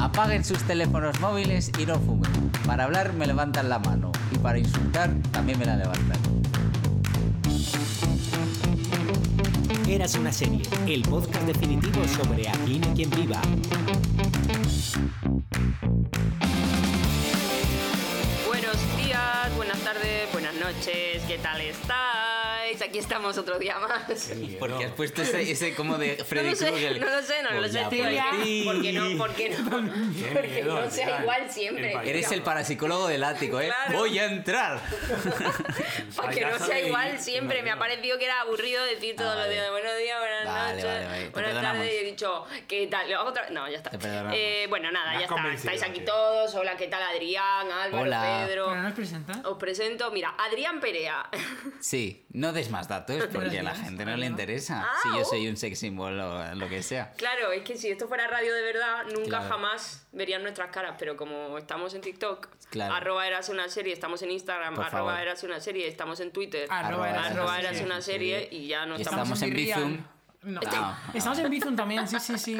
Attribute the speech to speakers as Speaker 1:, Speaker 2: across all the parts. Speaker 1: Apaguen sus teléfonos móviles y no fumen. Para hablar me levantan la mano y para insultar también me la levantan.
Speaker 2: Eras una serie, el podcast definitivo sobre Aquí no hay quien viva.
Speaker 3: Buenos días, buenas tardes, buenas noches, ¿qué tal estáis? Aquí estamos otro día más.
Speaker 1: Porque has puesto ese, ese como de
Speaker 3: No
Speaker 1: Freddy
Speaker 3: lo sé,
Speaker 1: Krueger.
Speaker 3: no lo sé, no lo sé,
Speaker 1: Hola,
Speaker 3: tío.
Speaker 1: Freddy.
Speaker 3: Porque no, porque no.
Speaker 4: Qué
Speaker 3: Porque
Speaker 4: miedo,
Speaker 3: no sea
Speaker 4: tía.
Speaker 3: igual siempre.
Speaker 4: El
Speaker 1: Eres el parapsicólogo del ático, ¿eh?
Speaker 3: Claro.
Speaker 1: Voy a entrar.
Speaker 3: Porque no
Speaker 4: payaso
Speaker 3: sea
Speaker 4: de-
Speaker 3: igual siempre. Me ha parecido que era aburrido decir todos los
Speaker 1: vale.
Speaker 3: días buenos días, buenas
Speaker 1: Vale,
Speaker 3: noches,
Speaker 1: vale, vale. Te
Speaker 3: buenas
Speaker 1: perdonamos.
Speaker 3: tardes. Y he dicho, ¿qué tal? Lo hago otra vez. No, ya está.
Speaker 1: Te perdonamos.
Speaker 3: Eh, bueno, nada,
Speaker 4: Me has
Speaker 3: ya está.
Speaker 4: convencido,
Speaker 3: Estáis aquí
Speaker 4: tío.
Speaker 3: todos. Hola, ¿qué tal? Adrián, Álvaro,
Speaker 1: Hola.
Speaker 3: Pedro.
Speaker 5: ¿Pero no nos presenta?
Speaker 3: Os presento, mira, Adrián Perea.
Speaker 1: Sí, no des más datos porque a la
Speaker 5: días.
Speaker 1: gente no le
Speaker 5: Hola.
Speaker 1: interesa.
Speaker 3: Ah,
Speaker 1: Si yo
Speaker 3: oh.
Speaker 1: soy un sex symbol o lo que sea.
Speaker 3: Claro, es que si esto fuera radio de verdad, nunca
Speaker 1: Claro.
Speaker 3: jamás verían nuestras caras, pero como estamos en TikTok,
Speaker 1: Claro.
Speaker 3: arroba eras una serie, estamos en Instagram,
Speaker 1: Por
Speaker 3: arroba
Speaker 1: favor.
Speaker 3: eras una serie, estamos en Twitter,
Speaker 5: Arroba
Speaker 1: Eras una
Speaker 3: arroba eras
Speaker 1: serie.
Speaker 3: una serie y ya no
Speaker 1: Y
Speaker 3: estamos.
Speaker 1: estamos en
Speaker 5: Virreal.
Speaker 1: Bizum.
Speaker 5: No.
Speaker 1: Ah.
Speaker 5: Este- Estamos en Bizum también, sí, sí, sí.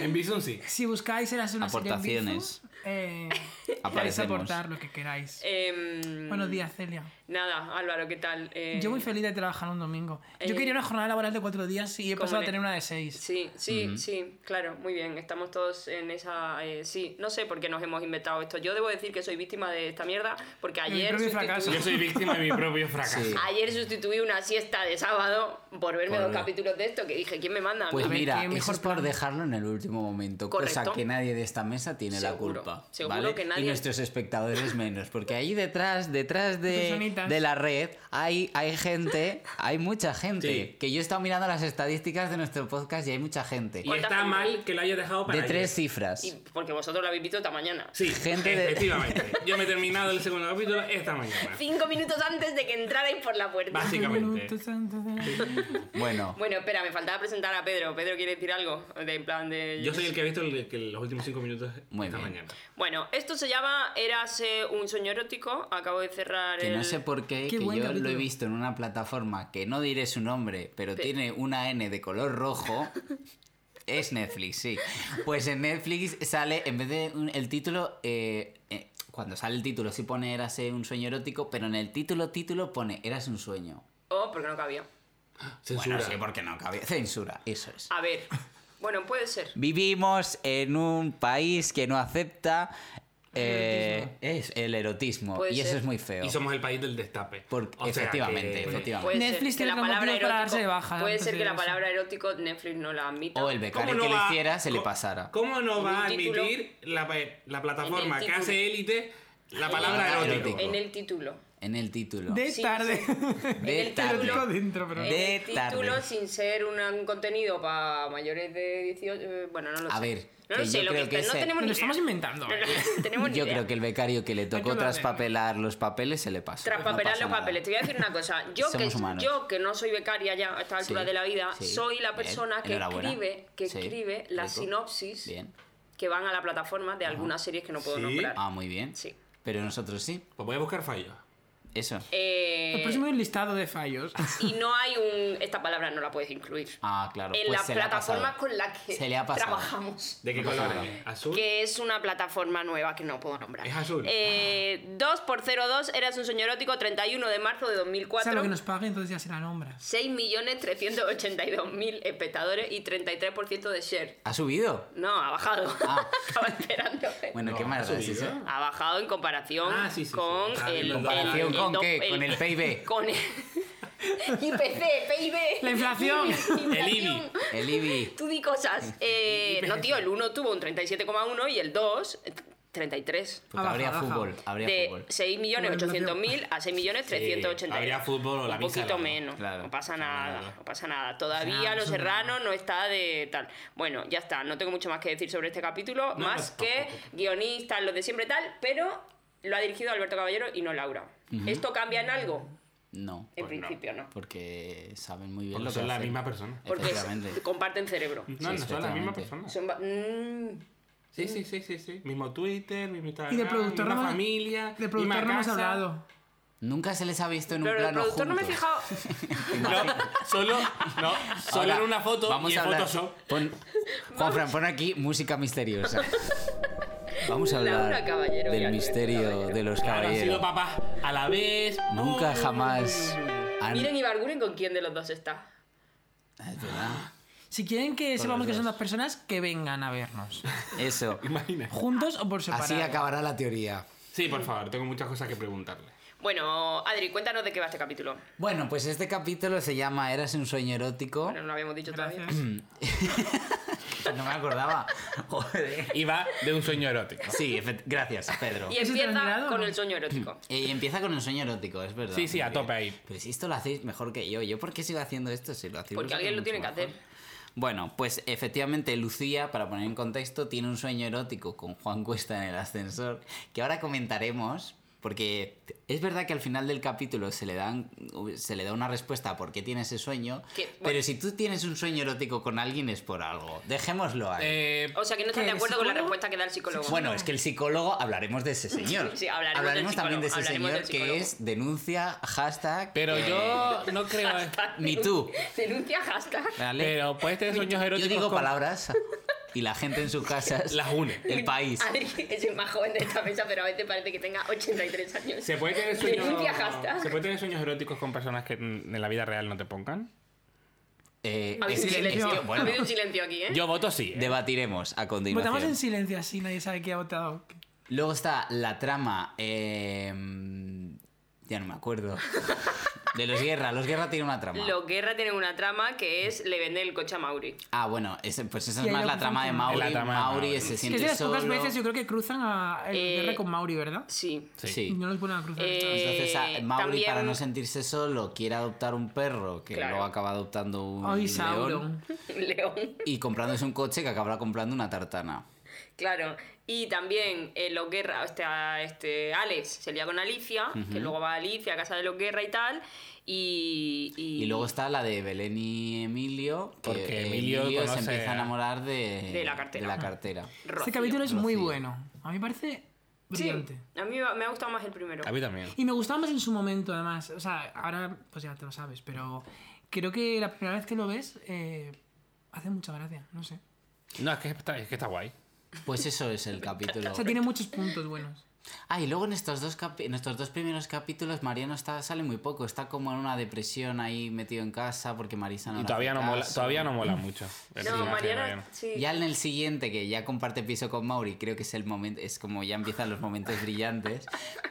Speaker 4: En Bison sí.
Speaker 5: Si buscáis eras una serie en
Speaker 1: Aportaciones.
Speaker 5: Bizum, eh, podéis
Speaker 1: Aparecemos.
Speaker 5: aportar lo que queráis.
Speaker 3: Em,
Speaker 5: Buenos días, Celia.
Speaker 3: Nada, Álvaro, ¿qué tal? Eh,
Speaker 5: Yo muy feliz de trabajar un domingo. Yo
Speaker 3: eh,
Speaker 5: quería una jornada laboral de cuatro días y he
Speaker 3: ¿cómo
Speaker 5: pasado a
Speaker 3: le-
Speaker 5: tener una de seis.
Speaker 3: Sí, sí, sí, claro, muy bien, estamos todos en esa... eh, sí, no sé por qué nos hemos inventado esto. Yo debo decir que soy víctima de esta mierda porque ayer...
Speaker 5: propio
Speaker 3: sustituí-
Speaker 5: fracaso.
Speaker 4: Yo soy víctima de mi propio fracaso.
Speaker 1: Sí.
Speaker 3: Ayer sustituí una siesta de sábado por verme
Speaker 1: Por-
Speaker 3: dos capítulos de esto que dije, ¿quién me manda?
Speaker 1: Pues
Speaker 3: A mí.
Speaker 1: mira,
Speaker 5: qué
Speaker 1: eso
Speaker 5: mejor
Speaker 1: es por
Speaker 5: plan.
Speaker 1: dejarlo en el último momento, cosa
Speaker 3: Correcto.
Speaker 1: que nadie de esta mesa tiene la
Speaker 3: Seguro,
Speaker 1: culpa.
Speaker 3: seguro
Speaker 1: ¿vale?
Speaker 3: que nadie.
Speaker 1: Y nuestros espectadores menos, porque ahí detrás, detrás de,
Speaker 5: Personitas.
Speaker 1: de la red, hay, hay gente, hay mucha gente.
Speaker 4: Sí.
Speaker 1: Que yo he estado mirando las estadísticas de nuestro podcast y hay mucha gente.
Speaker 4: Y
Speaker 3: ¿Cuánta
Speaker 4: está
Speaker 3: gente?
Speaker 4: mal que lo haya dejado para
Speaker 1: De
Speaker 4: ayer.
Speaker 1: tres cifras.
Speaker 3: Y porque vosotros lo habéis visto esta mañana.
Speaker 4: Sí,
Speaker 1: Gente de-
Speaker 4: efectivamente. Yo me he terminado el segundo capítulo esta mañana.
Speaker 3: Cinco minutos antes de que entrarais por la puerta.
Speaker 4: Básicamente.
Speaker 1: Bueno,
Speaker 3: Bueno, espera, me faltaba presentar a Pedro. Pedro quiere decir algo. De, en plan de...
Speaker 4: Yo soy el que ha visto el- que los últimos cinco minutos
Speaker 1: Muy
Speaker 4: esta
Speaker 1: bien.
Speaker 4: mañana.
Speaker 3: Bueno, esto se llama Érase un sueño erótico. Acabo de cerrar
Speaker 1: que
Speaker 3: el...
Speaker 1: no sé por qué,
Speaker 5: Qué
Speaker 1: que
Speaker 5: buen
Speaker 1: yo lo he
Speaker 5: capítulo.
Speaker 1: visto en una plataforma que no diré su nombre, pero
Speaker 3: Pe-
Speaker 1: tiene una N de color rojo. Es Netflix, sí. Pues en Netflix sale, en vez de un- el título, eh, eh, cuando sale el título sí pone Érase un sueño erótico, pero en el título título pone Eras un sueño.
Speaker 3: Oh, porque no cabía.
Speaker 4: Censura.
Speaker 1: Bueno, sí, porque no cabía. Censura, eso es.
Speaker 3: A ver. Bueno, puede ser.
Speaker 1: Vivimos en un país que no acepta eh, es el erotismo
Speaker 3: Puede
Speaker 1: y eso
Speaker 3: ser.
Speaker 1: es muy feo.
Speaker 4: Y somos el país del destape.
Speaker 1: Porque-
Speaker 4: O sea que-
Speaker 1: efectivamente, efectivamente.
Speaker 3: Puede
Speaker 5: Netflix
Speaker 3: ser que
Speaker 5: tiene
Speaker 3: la
Speaker 5: como
Speaker 3: palabra
Speaker 5: motivo para darse
Speaker 3: erótico...
Speaker 5: de baja,
Speaker 3: puede
Speaker 5: antes
Speaker 3: ser
Speaker 5: de
Speaker 3: que la
Speaker 5: eso.
Speaker 3: palabra erótico Netflix no la admita. Eh,
Speaker 1: O el becario que
Speaker 4: va-
Speaker 1: lo hiciera se le
Speaker 4: co-
Speaker 1: pasara.
Speaker 4: ¿Cómo no va a
Speaker 3: En un título-
Speaker 4: admitir la, la plataforma
Speaker 3: En el
Speaker 4: que hace élite la
Speaker 1: En
Speaker 4: palabra
Speaker 1: el
Speaker 4: erótico?
Speaker 1: título.
Speaker 3: En el título.
Speaker 1: En el título.
Speaker 5: De
Speaker 3: Sí,
Speaker 5: tarde.
Speaker 1: De
Speaker 3: en el
Speaker 1: tarde.
Speaker 3: título.
Speaker 5: dentro, pero.
Speaker 1: Eh, De
Speaker 3: el título
Speaker 1: tarde.
Speaker 3: sin ser una- un contenido para mayores de 18. eh, Bueno, no lo
Speaker 1: A
Speaker 3: sé.
Speaker 1: ver,
Speaker 3: no
Speaker 1: que
Speaker 3: lo sé,
Speaker 1: yo
Speaker 3: lo
Speaker 1: creo
Speaker 3: que,
Speaker 1: que
Speaker 3: está-
Speaker 1: ese-
Speaker 3: no tenemos
Speaker 5: Nos
Speaker 3: ni
Speaker 5: lo estamos
Speaker 3: idea.
Speaker 5: inventando.
Speaker 3: No, no tenemos ni
Speaker 1: Yo
Speaker 3: idea.
Speaker 1: creo que el becario que le tocó
Speaker 5: Hay que hablar de-
Speaker 1: traspapelar los papeles se le pasó.
Speaker 3: Tras
Speaker 1: No
Speaker 3: papelar
Speaker 1: pasa
Speaker 3: los
Speaker 1: nada.
Speaker 3: papeles, te voy a decir una cosa. Yo, que,
Speaker 1: Somos humanos.
Speaker 3: yo que no soy becaria ya a esta
Speaker 1: Sí,
Speaker 3: altura de la vida,
Speaker 1: sí,
Speaker 3: soy la
Speaker 1: bien,
Speaker 3: persona que
Speaker 1: enhorabuena.
Speaker 3: escribe, que
Speaker 1: Sí,
Speaker 3: escribe la
Speaker 1: rico.
Speaker 3: sinopsis
Speaker 1: Bien.
Speaker 3: que van a la plataforma de algunas series que no puedo
Speaker 4: Sí.
Speaker 3: nombrar.
Speaker 1: Ah, muy bien.
Speaker 3: Sí.
Speaker 1: Pero nosotros sí.
Speaker 4: Pues voy a buscar fallos.
Speaker 1: Eso.
Speaker 3: Eh,
Speaker 5: El próximo es un listado de fallos.
Speaker 3: y no hay un. Esta palabra no la puedes incluir.
Speaker 1: Ah, claro.
Speaker 3: en
Speaker 1: pues
Speaker 3: las
Speaker 1: se le ha
Speaker 3: plataformas
Speaker 1: pasado.
Speaker 3: con las que
Speaker 1: Se le ha pasado.
Speaker 3: trabajamos.
Speaker 4: ¿De qué
Speaker 1: No pasa
Speaker 4: color
Speaker 1: nada.
Speaker 4: es? ¿Azul?
Speaker 3: que es una plataforma nueva que no puedo nombrar.
Speaker 4: Es azul.
Speaker 3: Eh, 2 por 02 eras un sueño erótico 31 de marzo de
Speaker 5: O sea, lo
Speaker 3: 2004.
Speaker 5: que nos pague, entonces ya se la nombras.
Speaker 3: 6.382.000 espectadores y 33% de share.
Speaker 1: ¿Ha subido?
Speaker 3: No, ha bajado.
Speaker 1: Ah.
Speaker 3: Estaba esperando.
Speaker 1: Bueno,
Speaker 4: No,
Speaker 1: qué
Speaker 4: ha
Speaker 1: maldad es
Speaker 4: subido.
Speaker 1: eso.
Speaker 3: Ha bajado en comparación
Speaker 4: Ah, sí, sí, sí.
Speaker 3: con
Speaker 4: Ah,
Speaker 3: el.
Speaker 4: en
Speaker 3: el-
Speaker 4: comparación
Speaker 3: el
Speaker 1: con
Speaker 3: do-
Speaker 1: qué? Con el PIB.
Speaker 3: Con el. IPC, PIB.
Speaker 5: La inflación.
Speaker 4: El IBI.
Speaker 3: Inflación.
Speaker 1: El IBI.
Speaker 3: Tú di cosas. Eh, no, tío, el 1 tuvo un 37,1 y el 2, 33.
Speaker 1: Porque
Speaker 5: Ha
Speaker 1: habría
Speaker 5: bajado, ha bajado.
Speaker 1: fútbol. Habría
Speaker 3: De
Speaker 1: fútbol.
Speaker 3: 6.800.000 a 6.380.000.
Speaker 4: Sí, habría fútbol o la
Speaker 3: Un
Speaker 4: misa
Speaker 3: poquito
Speaker 4: al lado,
Speaker 3: menos.
Speaker 1: claro.
Speaker 3: No pasa nada.
Speaker 4: nada.
Speaker 3: No pasa nada. Todavía
Speaker 5: Nada,
Speaker 3: Los
Speaker 5: eso es
Speaker 3: Serranos no está de tal. Bueno, ya está. No tengo mucho más que decir sobre este capítulo.
Speaker 4: No,
Speaker 3: más
Speaker 4: no,
Speaker 3: que
Speaker 4: tampoco.
Speaker 3: guionistas, los de siempre tal. Pero lo ha dirigido Alberto Caballero y no Laura. ¿Esto cambia en algo?
Speaker 1: No.
Speaker 3: En
Speaker 4: Pues no.
Speaker 3: principio no.
Speaker 1: Porque saben muy bien
Speaker 4: Porque
Speaker 1: lo que
Speaker 4: son la
Speaker 1: hacen.
Speaker 4: misma persona.
Speaker 3: Porque es-
Speaker 1: Efectivamente.
Speaker 3: comparten cerebro.
Speaker 4: No, no son la misma
Speaker 1: efectivamente.
Speaker 4: persona.
Speaker 3: Son ba- Mm.
Speaker 4: Sí, sí, sí, sí, sí. Mismo Twitter, mismo Instagram,
Speaker 5: Y de productor no
Speaker 4: misma
Speaker 5: hemos-
Speaker 4: familia,
Speaker 5: De productor no hemos
Speaker 4: misma casa.
Speaker 5: hablado.
Speaker 1: Nunca se les ha visto en un
Speaker 3: Pero el
Speaker 1: plano
Speaker 3: productor no me he
Speaker 1: juntos.
Speaker 3: fijado.
Speaker 4: No, solo, no, solo
Speaker 1: Ahora,
Speaker 4: en una foto
Speaker 1: vamos
Speaker 4: y en
Speaker 1: a hablar.
Speaker 4: Photoshop.
Speaker 1: Pon- Juanfran, pon aquí música misteriosa. Vamos a hablar
Speaker 3: Laura Caballero y
Speaker 1: del
Speaker 3: Alberto
Speaker 1: misterio
Speaker 3: Caballero.
Speaker 1: de los
Speaker 4: Claro, han sido
Speaker 1: caballeros.
Speaker 4: papás a la vez.
Speaker 1: Nunca
Speaker 4: Uh.
Speaker 1: jamás han... Ah,
Speaker 3: Miren y Barguren con quién de los dos está.
Speaker 1: Es verdad.
Speaker 5: Si quieren que sepamos
Speaker 1: los
Speaker 5: que son
Speaker 1: dos.
Speaker 5: dos personas, que vengan a vernos.
Speaker 1: Eso.
Speaker 4: Imagina.
Speaker 5: Juntos o por separado.
Speaker 1: Así acabará la teoría.
Speaker 4: Sí, por favor, tengo muchas cosas que preguntarle.
Speaker 3: Bueno, Adri, cuéntanos de qué va este capítulo.
Speaker 1: Bueno, pues este capítulo se llama Eras un sueño erótico.
Speaker 3: Bueno, no lo habíamos dicho todavía.
Speaker 5: Gracias.
Speaker 1: No me acordaba. Joder.
Speaker 4: Y va de un sueño erótico.
Speaker 1: Sí, efe- gracias, Pedro.
Speaker 3: Y
Speaker 5: ¿Eso te lo han
Speaker 3: empieza
Speaker 5: tirado,
Speaker 3: con
Speaker 5: no?
Speaker 3: el sueño erótico.
Speaker 1: Y Eh, empieza con el sueño erótico, es verdad.
Speaker 4: Sí, sí,
Speaker 1: Muy
Speaker 4: a
Speaker 1: bien.
Speaker 4: tope ahí.
Speaker 1: Pero si esto lo hacéis mejor que yo, ¿yo por qué sigo haciendo esto si lo hacéis vosotros
Speaker 3: Porque alguien lo
Speaker 1: mucho
Speaker 3: tiene que
Speaker 1: mejor?
Speaker 3: hacer.
Speaker 1: Bueno, pues efectivamente Lucía, para poner en contexto, tiene un sueño erótico con Juan Cuesta en el ascensor, que ahora comentaremos, porque es verdad que al final del capítulo se le, dan, se le da una respuesta a por qué tiene ese sueño,
Speaker 3: Que- bueno.
Speaker 1: pero si tú tienes un sueño erótico con alguien es por algo, dejémoslo ahí.
Speaker 4: Eh,
Speaker 3: O sea, que no están
Speaker 5: ¿Qué,
Speaker 3: de acuerdo con la
Speaker 5: psicólogo?
Speaker 3: respuesta que da el psicólogo.
Speaker 1: Bueno, es que el psicólogo, hablaremos de ese señor.
Speaker 3: Sí, hablaremos del
Speaker 1: también de ese
Speaker 3: psicólogo, hablaremos
Speaker 1: señor
Speaker 3: del
Speaker 1: que
Speaker 3: psicólogo.
Speaker 1: es denuncia, hashtag.
Speaker 4: pero
Speaker 1: eh,
Speaker 4: yo no creo.
Speaker 1: Ni tú.
Speaker 3: Denuncia hashtag.
Speaker 1: ¿vale?
Speaker 4: Pero puedes tener sueños
Speaker 1: yo
Speaker 4: eróticos.
Speaker 1: digo
Speaker 4: con-
Speaker 1: palabras y la gente en sus casas.
Speaker 4: Las une.
Speaker 1: El país.
Speaker 3: Adri es el más joven de esta mesa, pero a veces parece que tenga 83 años.
Speaker 4: ¿Se puede, tener sueños,
Speaker 3: Denuncia hashtag.
Speaker 4: ¿Se puede tener sueños eróticos con personas que mm, en la vida real no te pongan?
Speaker 1: Eh,
Speaker 3: Ha habido
Speaker 1: es
Speaker 3: un
Speaker 1: que-
Speaker 3: silencio.
Speaker 1: es que,
Speaker 3: Ha
Speaker 1: bueno,
Speaker 3: habido un silencio aquí, ¿eh?
Speaker 4: Yo voto sí. ¿eh?
Speaker 1: debatiremos a
Speaker 5: Votamos
Speaker 1: continuación.
Speaker 5: en silencio así, nadie sabe qué ha votado.
Speaker 1: Luego está la trama. eh, ya no me acuerdo. De los Guerra. Los Guerra tiene una trama.
Speaker 3: Los Guerra tienen una trama que es le venden el coche a Mauri.
Speaker 1: Ah, bueno, ese- pues esa
Speaker 5: Y
Speaker 1: es
Speaker 5: hay
Speaker 1: más
Speaker 5: algo
Speaker 1: la
Speaker 5: que
Speaker 1: trama de
Speaker 5: funciona.
Speaker 1: Mauri.
Speaker 4: La trama de
Speaker 1: Mauri
Speaker 4: Mauri.
Speaker 1: se
Speaker 5: Que
Speaker 1: siente
Speaker 5: es de las pocas
Speaker 1: solo.
Speaker 5: veces yo creo que cruzan a el
Speaker 3: Eh,
Speaker 5: R con Mauri, ¿verdad?
Speaker 3: Sí.
Speaker 4: Sí.
Speaker 1: Sí.
Speaker 5: No los ponen a cruzar.
Speaker 3: Eh,
Speaker 1: Entonces, a-
Speaker 3: Eh,
Speaker 1: Mauri,
Speaker 3: también-
Speaker 1: para no sentirse solo, quiere adoptar un perro que
Speaker 3: Claro.
Speaker 1: luego acaba adoptando un
Speaker 5: Ay,
Speaker 1: león
Speaker 5: Sauron.
Speaker 3: León.
Speaker 1: y comprándose un coche que acabará comprando una tartana.
Speaker 3: Claro. Y también eh, los Guerra, este, a- este Alex se lía con Alicia, que luego va a Alicia a casa de los Guerra y tal. Y, y-
Speaker 1: Y luego está la de Belén y Emilio, que
Speaker 4: Porque Emilio
Speaker 1: se
Speaker 4: conoce
Speaker 1: empieza a
Speaker 4: a-
Speaker 1: enamorar de,
Speaker 3: De la cartera.
Speaker 1: de la cartera.
Speaker 5: Este
Speaker 3: Rocío.
Speaker 5: capítulo es muy
Speaker 1: Rocío.
Speaker 5: bueno. A mí me parece
Speaker 3: Sí,
Speaker 5: brillante.
Speaker 3: a mí me ha gustado más el primero.
Speaker 4: A mí también.
Speaker 5: Y me gustaba más en su momento, además. O sea, ahora pues ya te lo sabes, pero creo que la primera vez que lo ves eh, hace mucha gracia, no sé.
Speaker 4: No, es que está, es que está guay.
Speaker 1: Pues eso es el capítulo.
Speaker 5: O sea, tiene muchos puntos buenos.
Speaker 1: Ah, y luego en estos dos, capi- en estos dos primeros capítulos Mariano está, sale muy poco, está como en una depresión ahí metido en casa porque Marisa Ah, no
Speaker 4: Y
Speaker 1: le
Speaker 4: todavía
Speaker 1: hace
Speaker 4: no, mola,
Speaker 1: caso.
Speaker 4: todavía no mola mucho. el
Speaker 3: No,
Speaker 4: personaje de
Speaker 3: Mariana.
Speaker 4: Mariano.
Speaker 3: Sí.
Speaker 1: Ya en el siguiente, que ya comparte piso con Mauri, creo que es el momento, es como ya empiezan los momentos brillantes,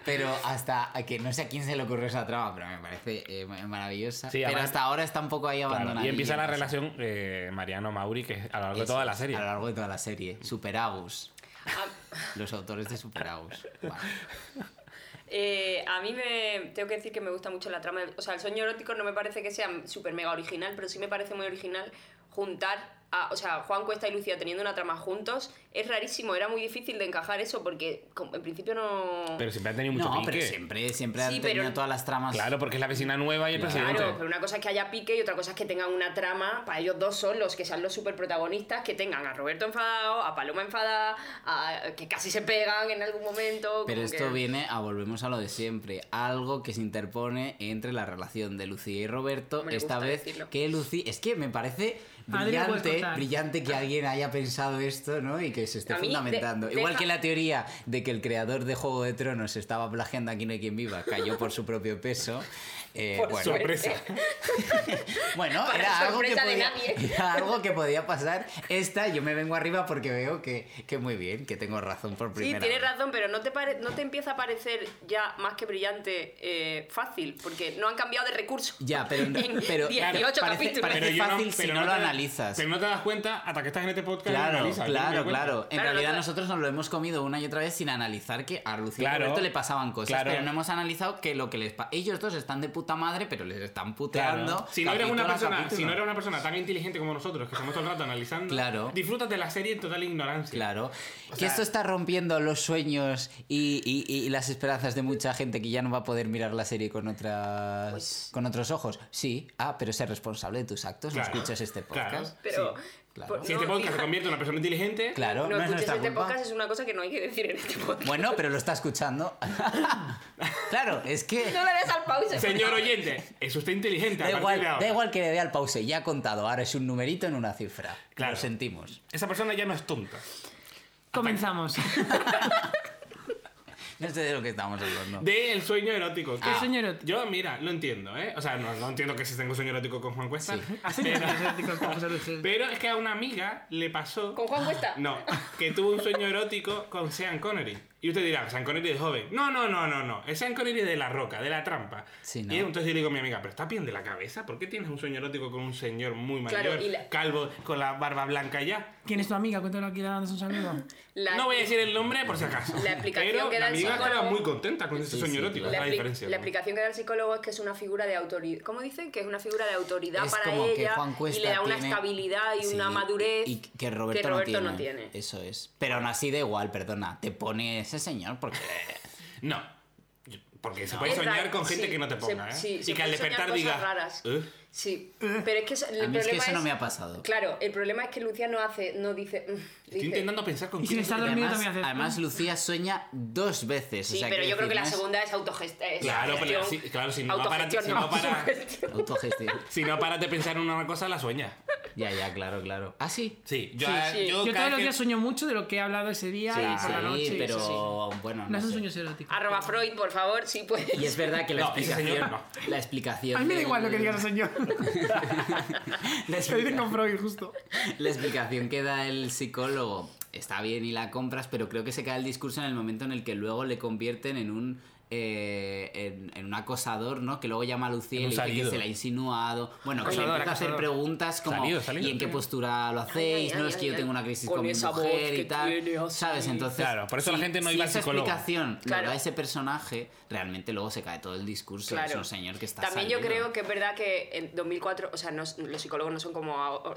Speaker 1: pero hasta a que no sé a quién se le ocurrió esa trama, pero me parece eh, ma- maravillosa.
Speaker 4: Sí,
Speaker 1: pero
Speaker 4: además-
Speaker 1: hasta ahora está un poco ahí
Speaker 4: Claro,
Speaker 1: abandonada.
Speaker 4: y empieza la relación eh, Mariano-Mauri, que es a lo largo de toda la serie.
Speaker 1: A lo largo de toda la serie. Superagus.
Speaker 3: A,
Speaker 1: Los autores de Superagus. Vale.
Speaker 3: eh, a mí me. Tengo que decir que me gusta mucho la trama. de- O sea, el sueño erótico no me parece que sea súper mega original, pero sí me parece muy original juntar. A, o sea, Juan Cuesta y Lucía teniendo una trama juntos. Es rarísimo, era muy difícil de encajar eso porque como, en principio no.
Speaker 4: Pero siempre han tenido mucho
Speaker 1: No,
Speaker 4: pique.
Speaker 1: pero siempre, siempre
Speaker 3: Sí,
Speaker 1: han tenido
Speaker 3: pero-
Speaker 1: todas las tramas.
Speaker 4: Claro, porque es la vecina nueva y el
Speaker 1: Claro.
Speaker 3: Claro,
Speaker 4: presidente.
Speaker 3: pero una cosa es que haya pique y otra cosa es que tengan una trama para ellos dos solos, que sean los super protagonistas, que tengan a Roberto enfadado, a Paloma enfadada, a- que casi se pegan en algún momento.
Speaker 1: Pero
Speaker 3: como
Speaker 1: esto
Speaker 3: que-
Speaker 1: viene a volvemos a lo de siempre, algo que se interpone entre la relación de Lucía y Roberto,
Speaker 3: Me
Speaker 1: esta
Speaker 3: gusta
Speaker 1: vez
Speaker 3: decirlo.
Speaker 1: que Lucía, es que me parece
Speaker 5: Madre, lo puedes
Speaker 1: brillante,
Speaker 5: contar.
Speaker 1: brillante que alguien haya pensado esto, ¿no? Y que se esté
Speaker 3: A mí, de-
Speaker 1: fundamentando.
Speaker 3: deja-
Speaker 1: Igual que la teoría de que el creador de Juego de Tronos estaba plagiando aquí no hay quien viva, cayó por su propio peso. eh,
Speaker 3: Por
Speaker 1: bueno,
Speaker 3: suerte.
Speaker 4: Sorpresa.
Speaker 1: bueno,
Speaker 3: Para
Speaker 1: era algo, que
Speaker 3: sorpresa de
Speaker 1: podía,
Speaker 3: nadie.
Speaker 1: era algo que podía pasar. Esta, yo me vengo arriba porque veo que, que muy bien, que tengo razón por
Speaker 3: Sí,
Speaker 1: primera
Speaker 3: tienes
Speaker 1: vez.
Speaker 3: razón, pero no te, pare- no te empieza a parecer ya más que brillante eh, fácil, porque no han cambiado de recurso.
Speaker 1: Ya, pero,
Speaker 3: En
Speaker 1: pero
Speaker 3: 18
Speaker 1: parece,
Speaker 3: capítulos.
Speaker 1: parece
Speaker 4: Pero yo
Speaker 1: fácil si
Speaker 4: pero
Speaker 1: no, lo
Speaker 4: te-
Speaker 1: analizas.
Speaker 4: Pero no te das cuenta hasta que estás en este podcast. y lo
Speaker 1: Claro,
Speaker 4: analizas, yo no me
Speaker 1: claro,
Speaker 4: doy cuenta.
Speaker 1: claro. En
Speaker 3: Claro,
Speaker 1: realidad
Speaker 3: no te-
Speaker 1: nosotros nos lo hemos comido una y otra vez sin analizar que a Lucía y
Speaker 4: Claro,
Speaker 1: Roberto le pasaban cosas,
Speaker 4: claro.
Speaker 1: pero no hemos analizado que lo que les pa- ellos dos están de puta madre, pero les están puteando.
Speaker 4: Claro. Si no, eres
Speaker 1: capítulo
Speaker 4: una
Speaker 1: a
Speaker 4: persona,
Speaker 1: capítulo.
Speaker 4: si no eres una persona tan inteligente como nosotros, que estamos todo el rato analizando,
Speaker 1: Claro.
Speaker 4: disfrutas de la serie en total ignorancia.
Speaker 1: Claro. que
Speaker 4: sea-
Speaker 1: esto está rompiendo los sueños y, y- y las esperanzas de mucha gente que ya no va a poder mirar la serie con otras
Speaker 3: Pues-
Speaker 1: con otros ojos. Sí, ah, pero sé responsable de tus actos,
Speaker 4: Claro,
Speaker 1: no escuches este
Speaker 4: claro.
Speaker 1: podcast.
Speaker 3: Pero,
Speaker 1: Sí, claro.
Speaker 3: por-
Speaker 4: Si este
Speaker 3: no,
Speaker 4: podcast
Speaker 3: fija-
Speaker 4: se convierte en una persona inteligente,
Speaker 1: Claro,
Speaker 3: no
Speaker 1: no, es
Speaker 3: escuches
Speaker 1: nuestra
Speaker 3: este
Speaker 1: culpa.
Speaker 3: podcast, es una cosa que no hay que decir en este podcast.
Speaker 1: Bueno, pero lo está escuchando. claro, es que
Speaker 3: No le des al pause.
Speaker 4: señor oyente, es usted inteligente. a
Speaker 1: da
Speaker 4: partir
Speaker 1: igual,
Speaker 4: de ahora.
Speaker 1: da igual que le dé al pause, ya ha contado, ahora es un numerito en una cifra.
Speaker 4: Claro.
Speaker 1: Lo sentimos.
Speaker 4: Esa persona ya no es tonta.
Speaker 5: Comenzamos.
Speaker 1: No sé de lo que estamos hablando.
Speaker 4: De el sueño erótico. que-
Speaker 5: El sueño erótico.
Speaker 4: Yo, mira, lo entiendo, ¿eh? O sea, no, no entiendo que si tengo sueño erótico con Juan Cuesta.
Speaker 1: Sí.
Speaker 4: Pero,
Speaker 5: Pero...
Speaker 4: pero es que a una amiga le pasó.
Speaker 3: ¿Con Juan Cuesta?
Speaker 4: No, que tuvo un sueño erótico con Sean Connery. Y usted dirá, Sean Connery de joven. No, no, no, no, no. Es Sean Connery de la roca, de la trampa.
Speaker 1: Sí, ¿no?
Speaker 4: Y entonces yo le digo a mi amiga, pero ¿estás bien de la cabeza? ¿Por qué tienes un sueño erótico con un señor muy mayor,
Speaker 3: Claro, y la-
Speaker 4: calvo, con la barba blanca ya?
Speaker 5: ¿Quién es tu amiga? Cuéntalo aquí dándonos un saludo.
Speaker 3: La-
Speaker 4: No voy a decir el nombre por si acaso.
Speaker 3: La explicación
Speaker 4: pero
Speaker 3: que da
Speaker 4: la
Speaker 3: el
Speaker 4: amiga estaba
Speaker 3: psicólogo-
Speaker 4: muy contenta con ese
Speaker 1: Sí,
Speaker 4: sueño
Speaker 1: sí,
Speaker 4: erótico.
Speaker 1: claro.
Speaker 4: es
Speaker 3: La,
Speaker 4: la
Speaker 3: expli-
Speaker 4: diferencia.
Speaker 3: la
Speaker 4: ¿no?
Speaker 3: explicación que da el psicólogo es que es una figura de autoridad. ¿Cómo dicen? Que es una figura de autoridad
Speaker 1: Es
Speaker 3: para
Speaker 1: como que
Speaker 3: ella
Speaker 1: Juan
Speaker 3: y
Speaker 1: Cuesta
Speaker 3: le da una
Speaker 1: tiene-
Speaker 3: estabilidad y
Speaker 1: Sí,
Speaker 3: una madurez
Speaker 1: Y que Roberto, no, tiene. Eso es. Pero aún así da igual, perdona. Te pone ese señor porque.
Speaker 4: No. Porque se puede
Speaker 3: Es
Speaker 4: soñar
Speaker 3: raro,
Speaker 4: con gente
Speaker 3: sí,
Speaker 4: que no te
Speaker 3: se-
Speaker 4: ponga,
Speaker 3: sí,
Speaker 4: ¿eh?
Speaker 3: se
Speaker 4: y que al
Speaker 3: puede soñar
Speaker 4: despertar
Speaker 3: cosas
Speaker 4: diga. "¿Eh?
Speaker 3: raras.
Speaker 4: "Ugh".
Speaker 3: Sí, mm, pero es que eso- el
Speaker 1: A mí es que
Speaker 3: problema
Speaker 1: eso no
Speaker 3: es-
Speaker 1: me ha pasado.
Speaker 3: Claro, el problema es que Lucía no hace, no dice. "Mm",
Speaker 4: Estoy
Speaker 3: dice,
Speaker 4: intentando pensar con
Speaker 5: Y
Speaker 4: quién.
Speaker 5: sin estar
Speaker 4: soñé.
Speaker 5: dormido
Speaker 1: Además,
Speaker 5: también hace-
Speaker 1: además, Lucía sueña dos veces. o
Speaker 3: Sí,
Speaker 1: sea,
Speaker 3: pero yo creo que la
Speaker 1: decir, no
Speaker 3: segunda es autogestión.
Speaker 4: Claro, pero sí, claro, si no va para- si no para-
Speaker 1: es Autogestión.
Speaker 4: Si no paras de pensar en una cosa, la sueñas.
Speaker 1: Ya, ya, claro, claro. Ah, sí.
Speaker 4: Sí, yo,
Speaker 3: Sí, sí.
Speaker 5: Yo
Speaker 4: cada
Speaker 5: todos los
Speaker 4: vez
Speaker 5: días sueño mucho de lo que he hablado ese día y por la
Speaker 1: sí,
Speaker 5: noche. y
Speaker 1: pero
Speaker 5: Ah, sí, sí.
Speaker 1: bueno.
Speaker 5: No son
Speaker 1: sé.
Speaker 5: sueños eróticos.
Speaker 3: Arroba Freud, por favor, sí puedes.
Speaker 1: Y es verdad que la
Speaker 4: No, ese
Speaker 1: explicación.
Speaker 4: señor no.
Speaker 1: La explicación.
Speaker 5: A mí me da
Speaker 1: del-
Speaker 5: igual lo que digas ese señor.
Speaker 1: la
Speaker 5: Se dicen
Speaker 1: explica-
Speaker 5: con Freud, justo.
Speaker 1: La explicación que da el psicólogo está bien y la compras, pero creo que se cae el discurso en el momento en el que luego le convierten en un. eh, en, en un acosador, ¿no? Que luego llama a Lucía
Speaker 4: En
Speaker 1: y le dice que
Speaker 4: un salido.
Speaker 1: se la ha insinuado. Bueno, que le
Speaker 5: Acosador,
Speaker 1: empieza a hacer
Speaker 5: acosador.
Speaker 1: preguntas como
Speaker 4: Salido, salido.
Speaker 1: ¿y en qué postura lo hacéis?
Speaker 3: ay,
Speaker 1: no,
Speaker 3: ay,
Speaker 1: es que
Speaker 3: ay,
Speaker 1: yo
Speaker 3: ay.
Speaker 1: tengo una crisis
Speaker 3: Con
Speaker 1: con, mi
Speaker 3: esa voz
Speaker 1: mujer
Speaker 3: que
Speaker 1: y tal.
Speaker 3: tiene, así.
Speaker 1: ¿Sabes? Entonces.
Speaker 4: Claro, por eso la gente no
Speaker 1: si
Speaker 4: iba al
Speaker 1: esa
Speaker 4: psicólogo.
Speaker 1: explicación
Speaker 3: Claro.
Speaker 1: lo da ese personaje, realmente luego se cae todo el discurso. Es un señor que está
Speaker 3: También yo
Speaker 1: salido.
Speaker 3: creo que es verdad que en 2004, o sea, no- los psicólogos no son como. ahora-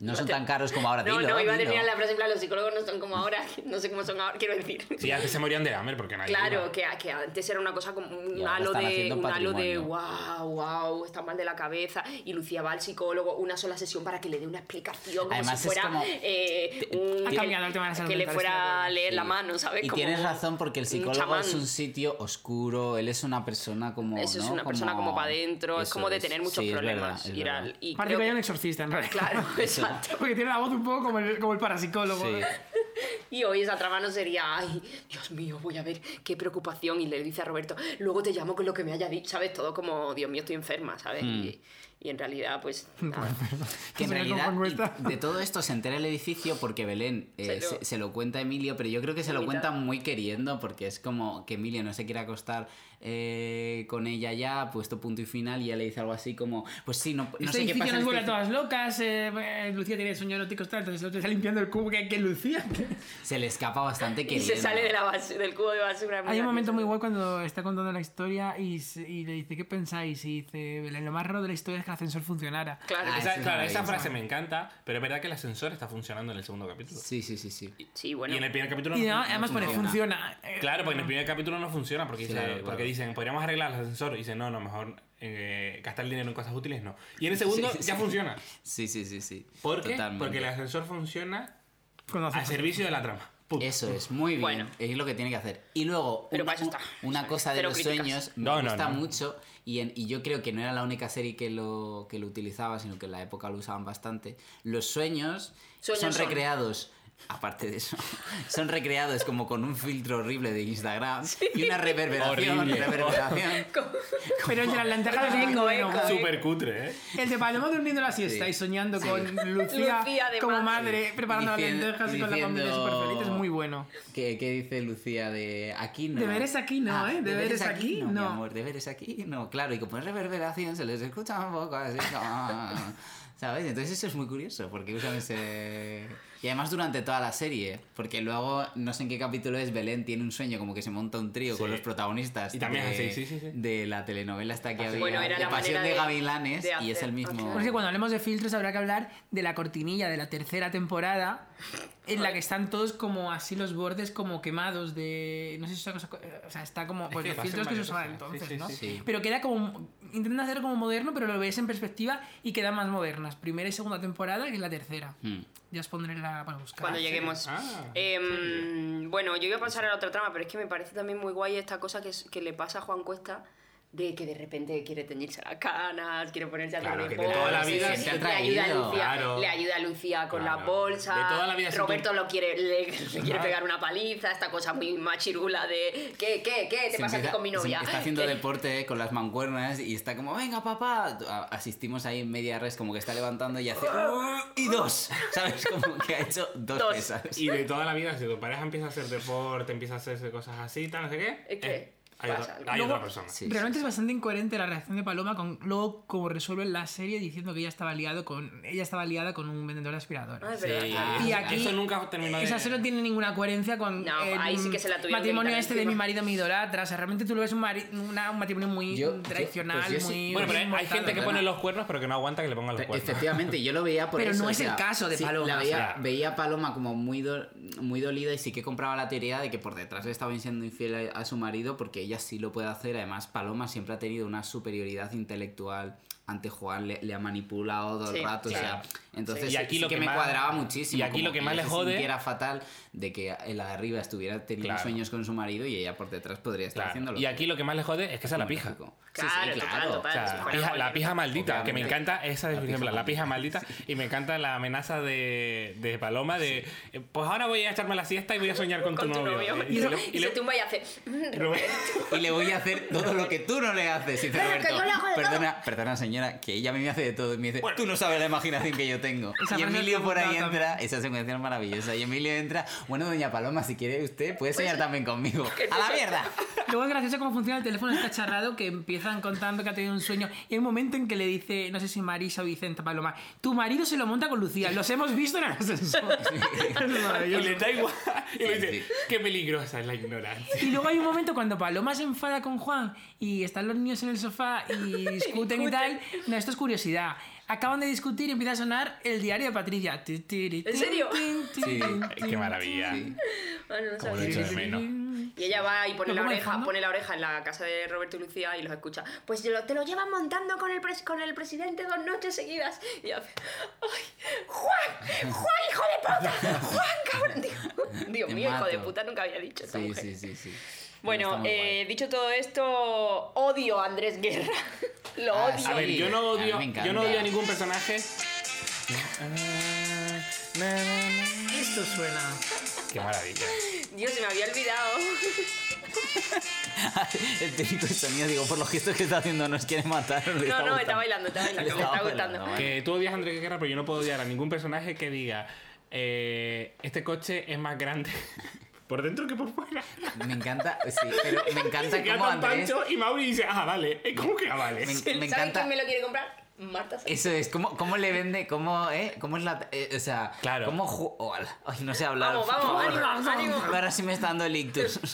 Speaker 1: No son tan caros como ahora,
Speaker 3: No,
Speaker 1: dilo, ¿eh?
Speaker 3: no, iba a
Speaker 1: dilo.
Speaker 3: terminar la frase en plan, los psicólogos no son como ahora, no sé cómo son ahora, quiero decir.
Speaker 4: Sí, antes se morían de hambre porque nadie.
Speaker 3: Claro,
Speaker 4: iba.
Speaker 3: que, que antes era una cosa como un
Speaker 1: ahora
Speaker 3: halo
Speaker 1: están
Speaker 3: de,
Speaker 1: haciendo
Speaker 3: un halo de
Speaker 1: patrimonio.
Speaker 3: wow, wow, está mal de la cabeza. Y Lucía va al psicólogo una sola sesión para que le dé una explicación como
Speaker 1: Además,
Speaker 3: si
Speaker 1: es
Speaker 3: fuera
Speaker 1: como-
Speaker 3: eh,
Speaker 1: Te-
Speaker 3: un-
Speaker 5: Ha cambiado el tema de la salud
Speaker 3: que le
Speaker 5: mental, estoy de
Speaker 3: fuera a
Speaker 5: acuerdo.
Speaker 3: leer la
Speaker 1: Sí.
Speaker 3: mano, ¿sabes?
Speaker 1: Y
Speaker 3: Como
Speaker 1: tienes razón porque el
Speaker 3: un
Speaker 1: psicólogo es
Speaker 3: chamán.
Speaker 1: un sitio oscuro, él es una persona como...
Speaker 3: Eso es
Speaker 1: ¿no?
Speaker 3: una persona como para adentro, es
Speaker 1: Eso
Speaker 3: como de tener muchos
Speaker 1: Sí, es verdad,
Speaker 3: problemas.
Speaker 1: es
Speaker 3: ir
Speaker 1: verdad.
Speaker 3: al- y
Speaker 5: Parece
Speaker 3: creo
Speaker 5: que hay
Speaker 3: que-
Speaker 5: un exorcista en realidad.
Speaker 3: Claro, exacto.
Speaker 5: Porque tiene la voz un poco como el, como el parapsicólogo.
Speaker 1: Sí.
Speaker 3: Y hoy esa trama no sería, ay, Dios mío, voy a ver qué preocupación. Y le dice a Roberto, luego te llamo con lo que me haya dicho, ¿sabes? Todo como, Dios mío, estoy enferma, ¿sabes?
Speaker 5: Hmm.
Speaker 3: Y, y en realidad, pues. nada.
Speaker 1: Que en
Speaker 5: Se me
Speaker 1: realidad
Speaker 5: confunde
Speaker 1: y
Speaker 5: esta.
Speaker 1: de todo esto se entera el edificio porque Belén eh,
Speaker 3: Se lo-
Speaker 1: se, se lo cuenta a Emilio, pero yo creo que se lo
Speaker 3: Limitado.
Speaker 1: cuenta muy queriendo porque es como que Emilio no se quiere acostar eh, con ella ya, ha puesto punto y final y ella le dice algo así como, pues sí, no, no
Speaker 5: este
Speaker 1: sé qué
Speaker 5: edificio
Speaker 1: pasa.
Speaker 5: nos
Speaker 1: en
Speaker 5: vuelve a
Speaker 1: este-
Speaker 5: todas locas. eh, eh, Lucía tiene sueño erótico, tal, entonces el otro está limpiando el cubo que, que Lucía. que-
Speaker 1: Se le escapa bastante
Speaker 3: Y
Speaker 1: queriendo.
Speaker 3: se sale de la basu- del cubo de basura.
Speaker 5: Hay un momento muy
Speaker 3: bueno.
Speaker 5: guay cuando está contando la historia y, se- y le dice, ¿qué pensáis? Y dice, "Belén, lo más raro de la historia es que el ascensor funcionara.
Speaker 3: Claro.
Speaker 1: Ah,
Speaker 4: Esa,
Speaker 1: sí,
Speaker 4: claro,
Speaker 1: sí,
Speaker 4: esa
Speaker 1: sí.
Speaker 4: frase me encanta, pero es verdad que el ascensor está funcionando en el segundo capítulo.
Speaker 1: Sí, sí, sí, sí.
Speaker 3: Sí, bueno.
Speaker 4: Y en el primer capítulo
Speaker 5: Y
Speaker 4: no,
Speaker 5: además,
Speaker 4: no
Speaker 5: además pone,
Speaker 4: funciona.
Speaker 5: funciona. Eh,
Speaker 4: Claro, porque en el primer capítulo no funciona porque,
Speaker 1: Sí,
Speaker 4: dice-
Speaker 1: claro.
Speaker 4: porque dicen, podríamos arreglar el ascensor. Y dicen, no, no, mejor eh, gastar el dinero en cosas útiles, no. Y en el segundo
Speaker 1: Sí, sí,
Speaker 4: ya
Speaker 1: sí.
Speaker 4: funciona.
Speaker 1: Sí, sí, sí, sí.
Speaker 4: ¿Por qué?
Speaker 1: Totalmente.
Speaker 4: Porque el ascensor funciona
Speaker 5: cuando hace-
Speaker 4: al servicio de la trama. Punto.
Speaker 1: Eso es, muy bien.
Speaker 3: Bueno.
Speaker 1: Es lo que tiene que hacer. Y luego,
Speaker 3: Pero
Speaker 1: una,
Speaker 3: para eso está.
Speaker 1: una cosa de
Speaker 3: Cero
Speaker 1: los
Speaker 3: críticas.
Speaker 1: sueños me
Speaker 4: No, no,
Speaker 1: gusta
Speaker 4: no.
Speaker 1: mucho. Y, en- y yo creo que no era la única serie que lo, que lo utilizaba, sino que en la época lo usaban bastante. Los sueños,
Speaker 3: Sueños
Speaker 1: son
Speaker 3: son.
Speaker 1: recreados. Aparte de eso, son recreados como con un filtro horrible de Instagram y una reverberación.
Speaker 4: Horrible.
Speaker 1: reverberación.
Speaker 5: Pero entre las lentejas de
Speaker 3: Eco,
Speaker 5: bueno,
Speaker 3: eco, eco.
Speaker 4: Súper cutre, ¿eh?
Speaker 5: El de Paloma durmiendo la siesta
Speaker 1: Sí.
Speaker 5: y soñando
Speaker 1: Sí.
Speaker 5: con Lucía,
Speaker 3: Lucía de
Speaker 5: como
Speaker 3: madre.
Speaker 5: madre, preparando
Speaker 1: Diciendo-
Speaker 5: las lentejas y con la familia
Speaker 1: diciendo-
Speaker 5: súper feliz. Es muy bueno.
Speaker 1: ¿Qué, qué dice Lucía de aquí no? Ah,
Speaker 5: Deberes aquí no, ¿eh? Deberes aquí
Speaker 1: mi
Speaker 5: no.
Speaker 1: amor, deberes aquí no. Claro, y como es reverberación se les escucha un poco así como- ¿Sabes? Entonces eso es muy curioso porque usan ese... Y además durante toda la serie, porque luego, no sé en qué capítulo es, Belén tiene un sueño como que se monta un trío
Speaker 4: Sí.
Speaker 1: con los protagonistas
Speaker 4: Y también
Speaker 1: de,
Speaker 4: así, sí, sí, Ah, sí.
Speaker 1: de la telenovela hasta que había,
Speaker 3: Bueno, era
Speaker 1: de
Speaker 3: la
Speaker 1: Pasión
Speaker 3: manera
Speaker 1: de,
Speaker 3: de-
Speaker 1: Gavilanes,
Speaker 3: de
Speaker 1: y es
Speaker 3: hacer-
Speaker 1: el mismo...
Speaker 3: Ah,
Speaker 5: Porque Pues cuando hablemos de filtros habrá que hablar de la cortinilla de la tercera temporada en la que están todos como así los bordes como quemados de no sé si es cosa o sea está como pues
Speaker 4: que
Speaker 5: los
Speaker 4: lo hacen
Speaker 5: filtros que se
Speaker 4: varias
Speaker 5: usaban
Speaker 4: veces,
Speaker 5: entonces
Speaker 4: sí, sí,
Speaker 5: no
Speaker 4: sí,
Speaker 1: sí.
Speaker 5: pero queda como intentan hacer como moderno pero lo ves en perspectiva y queda más modernas primera y segunda temporada que es la tercera
Speaker 1: Mm.
Speaker 5: ya os pondré la para buscar
Speaker 3: Cuando lleguemos.
Speaker 4: Ah,
Speaker 3: Em, bueno, yo iba a pasar a la otra trama, pero es que me parece también muy guay esta cosa que, es- que le pasa a Juan Cuesta de que de repente quiere teñirse las canas, quiere ponerse a hacer
Speaker 4: Claro, que de
Speaker 3: deporte,
Speaker 4: toda la
Speaker 3: no sé
Speaker 4: vida
Speaker 3: qué.
Speaker 4: se te
Speaker 1: ha
Speaker 3: le ayuda a
Speaker 1: traído,
Speaker 3: Lucía,
Speaker 4: claro.
Speaker 3: le ayuda a Lucía con la
Speaker 4: Claro.
Speaker 3: bolsa,
Speaker 4: De toda la vida se te-
Speaker 3: Roberto lo quiere, le, le quiere
Speaker 4: Claro.
Speaker 3: pegar una paliza, esta cosa muy machirula de ¿qué, qué, qué te
Speaker 1: Se
Speaker 3: pasa aquí
Speaker 1: empieza-
Speaker 3: con mi
Speaker 1: se-
Speaker 3: novia?
Speaker 1: Está haciendo
Speaker 3: Que-
Speaker 1: deporte con las mancuernas y está como, venga papá. A- Asistimos ahí en media res, como que está levantando y hace. "Uh", Y dos. ¿Sabes? Como que ha hecho dos,
Speaker 3: Dos.
Speaker 1: pesas.
Speaker 4: Y de toda la vida, si tu pareja empieza a hacer deporte, empieza a hacerse cosas así, tal, no sé qué.
Speaker 3: Es que
Speaker 4: eh, hay
Speaker 3: pasa
Speaker 4: otra-
Speaker 3: algo.
Speaker 4: hay
Speaker 5: Luego-
Speaker 4: otra persona.
Speaker 1: Sí,
Speaker 5: Realmente es bastante incoherente la reacción de Paloma con luego como resuelve la serie diciendo que ella estaba liado con ella estaba liada con un vendedor de
Speaker 3: Ay,
Speaker 5: aspiradoras.
Speaker 3: pero- ah,
Speaker 1: Sí.
Speaker 5: Y
Speaker 1: Eso-
Speaker 5: aquí
Speaker 4: Eso nunca terminó de...
Speaker 5: esa serie no tiene ninguna coherencia con
Speaker 3: No, ahí sí que se la tuvieron que
Speaker 5: matrimonio
Speaker 3: quitar
Speaker 5: este de
Speaker 3: encima.
Speaker 5: mi marido me idolatra. O sea, realmente tú lo ves un, mari- una- un matrimonio muy
Speaker 1: Yo- yo-
Speaker 5: tradicional,
Speaker 1: pues yo sí-
Speaker 5: muy
Speaker 4: Bueno, pero hay- hay
Speaker 5: montado.
Speaker 4: gente que pone los cuernos, pero que no aguanta que le pongan los
Speaker 1: Pe-
Speaker 4: cuernos.
Speaker 1: Efectivamente, yo lo veía por
Speaker 5: Pero
Speaker 1: eso,
Speaker 5: no
Speaker 1: o
Speaker 5: es el
Speaker 1: sea,
Speaker 5: caso de
Speaker 1: sí,
Speaker 5: Paloma,
Speaker 1: la veía,
Speaker 4: claro.
Speaker 1: veía a Paloma como muy, do- muy dolida y sí que compraba la teoría de que por detrás le estaban siendo infiel a, a su marido porque ella sí lo puede hacer. Además, Paloma siempre ha tenido una superioridad intelectual ante Juan, le, le ha manipulado todo
Speaker 3: Sí,
Speaker 1: el rato. o
Speaker 3: sí.
Speaker 1: sea, entonces
Speaker 4: Sí. Y aquí
Speaker 1: sí
Speaker 4: lo
Speaker 1: que,
Speaker 4: que
Speaker 1: me
Speaker 4: más-
Speaker 1: cuadraba muchísimo.
Speaker 4: y aquí
Speaker 1: como
Speaker 4: lo que más le
Speaker 1: ella se
Speaker 4: jode-
Speaker 1: sintiera fatal de que la de arriba estuviera teniendo
Speaker 4: Claro.
Speaker 1: sueños con su marido y ella por detrás podría estar
Speaker 4: Claro.
Speaker 1: haciéndolo.
Speaker 4: Y aquí lo que más le jode es que esa es la pija.
Speaker 1: Lógico. Sí, sí,
Speaker 3: Claro, total,
Speaker 1: claro.
Speaker 4: O sea,
Speaker 3: total.
Speaker 4: la
Speaker 3: Bueno,
Speaker 4: pija,
Speaker 3: bueno.
Speaker 4: la pija maldita, que me
Speaker 1: Obviamente.
Speaker 4: encanta esa definición,
Speaker 1: pija
Speaker 4: la, la pija maldita, y me encanta la amenaza de, de Paloma de, eh, pues ahora voy a echarme la siesta y voy a soñar con,
Speaker 3: con tu novio.
Speaker 4: Y,
Speaker 3: Y,
Speaker 4: le-
Speaker 3: se-
Speaker 4: y
Speaker 3: y
Speaker 4: le-
Speaker 3: se tumba y hace. "Mm,
Speaker 4: y le-
Speaker 1: Y le voy a hacer todo lo que tú no le haces, dice
Speaker 3: Pero que
Speaker 1: Roberto.
Speaker 3: yo le hago de
Speaker 1: perdona, perdona señora, que ella a mí me hace de todo y me dice,
Speaker 4: Bueno.
Speaker 1: tú no sabes la imaginación que yo tengo.
Speaker 5: Esa
Speaker 1: Y
Speaker 5: frase
Speaker 1: Emilio
Speaker 5: me
Speaker 1: por ahí
Speaker 5: encanta
Speaker 1: entra, esa secuencia es maravillosa. Y Emilio entra, bueno, doña Paloma, si quiere usted,
Speaker 3: Pues
Speaker 1: puede soñar también conmigo. ¡A la mierda!
Speaker 5: Luego es gracioso cómo funciona el teléfono está charrado que empiezan contando que ha tenido un sueño y hay un momento en que le dice, no sé si Marisa o Vicenta Paloma, tu marido se lo monta con Lucía, los hemos visto en el ascensor. Es
Speaker 4: y
Speaker 5: maravilloso.
Speaker 4: le da igual. Y le
Speaker 1: Sí,
Speaker 4: dice,
Speaker 1: sí.
Speaker 4: qué peligrosa es la ignorancia.
Speaker 5: Y luego hay un momento cuando Paloma se enfada con Juan y están los niños en el sofá y discuten y tal. No, esto es curiosidad. Acaban de discutir y empieza a sonar el diario de Patricia. Ti, tiri, tin,
Speaker 3: serio?
Speaker 5: tin, tin,
Speaker 1: Sí.
Speaker 5: tin,
Speaker 4: Ay, Qué maravilla.
Speaker 1: Sí.
Speaker 3: bueno, "Ah, no
Speaker 4: Como lo
Speaker 3: sabía.
Speaker 4: he hecho de
Speaker 5: tin,
Speaker 4: menos.
Speaker 5: tin.
Speaker 3: Y ella va y pone
Speaker 5: Lo
Speaker 3: la
Speaker 5: pongo de
Speaker 3: oreja,
Speaker 5: fondo.
Speaker 3: pone la oreja en la casa de Roberto y Lucía y los escucha. Pues lo- te lo llevan montando con el, pres- con el presidente dos noches seguidas. Y hace, ¡ay! ¡Juan! ¡Juan, hijo de puta! ¡Juan, cabrón! Digo, Dios
Speaker 1: Te
Speaker 3: mío, hijo de
Speaker 1: mato.
Speaker 3: puta, nunca había dicho esta
Speaker 1: Sí,
Speaker 3: mujer.
Speaker 1: sí, sí, sí. Está
Speaker 3: Bueno,
Speaker 1: muy guay.
Speaker 3: eh, dicho todo esto, odio a Andrés Guerra. Lo
Speaker 1: Ah,
Speaker 3: odio.
Speaker 4: A ver, yo no
Speaker 1: A mí
Speaker 4: odio,
Speaker 1: me encanta.
Speaker 4: yo no odio a ningún personaje.
Speaker 3: eh,
Speaker 5: Esto suena.
Speaker 4: Qué maravilla.
Speaker 3: Dios, se me había olvidado.
Speaker 1: El técnico de sonido, digo, por los gestos que está haciendo, nos quiere matar. le
Speaker 3: No, no, me está
Speaker 1: gustando.
Speaker 3: bailando, está
Speaker 1: Le
Speaker 3: bailando, me
Speaker 1: estaba
Speaker 3: está gustando.
Speaker 1: bailando, ¿eh?
Speaker 4: Que tú odias a Andrés Guerra, pero yo no puedo odiar a ningún personaje que diga, eh, este coche es más grande por dentro que por fuera.
Speaker 1: Me encanta, sí, pero me
Speaker 4: Se
Speaker 1: encanta
Speaker 4: queda
Speaker 1: cómo
Speaker 4: tan
Speaker 1: Andrés...
Speaker 4: pancho y Mauri dice, ah, vale. Eh, ¿Cómo que ah, vale?
Speaker 1: Me,
Speaker 3: ¿Saben
Speaker 1: me encanta... Eh,
Speaker 3: quién me lo quiere comprar? Marta Sánchez.
Speaker 1: Eso es, ¿cómo, cómo le vende? ¿Cómo, eh? ¿Cómo es la.? eh, o sea,
Speaker 4: Claro.
Speaker 1: ¿cómo ju- oh, ala. Ay, no sé hablar.
Speaker 3: Vamos,
Speaker 1: por
Speaker 3: vamos,
Speaker 1: favor.
Speaker 3: ánimo, ánimo.
Speaker 1: Ahora sí me está dando el ictus.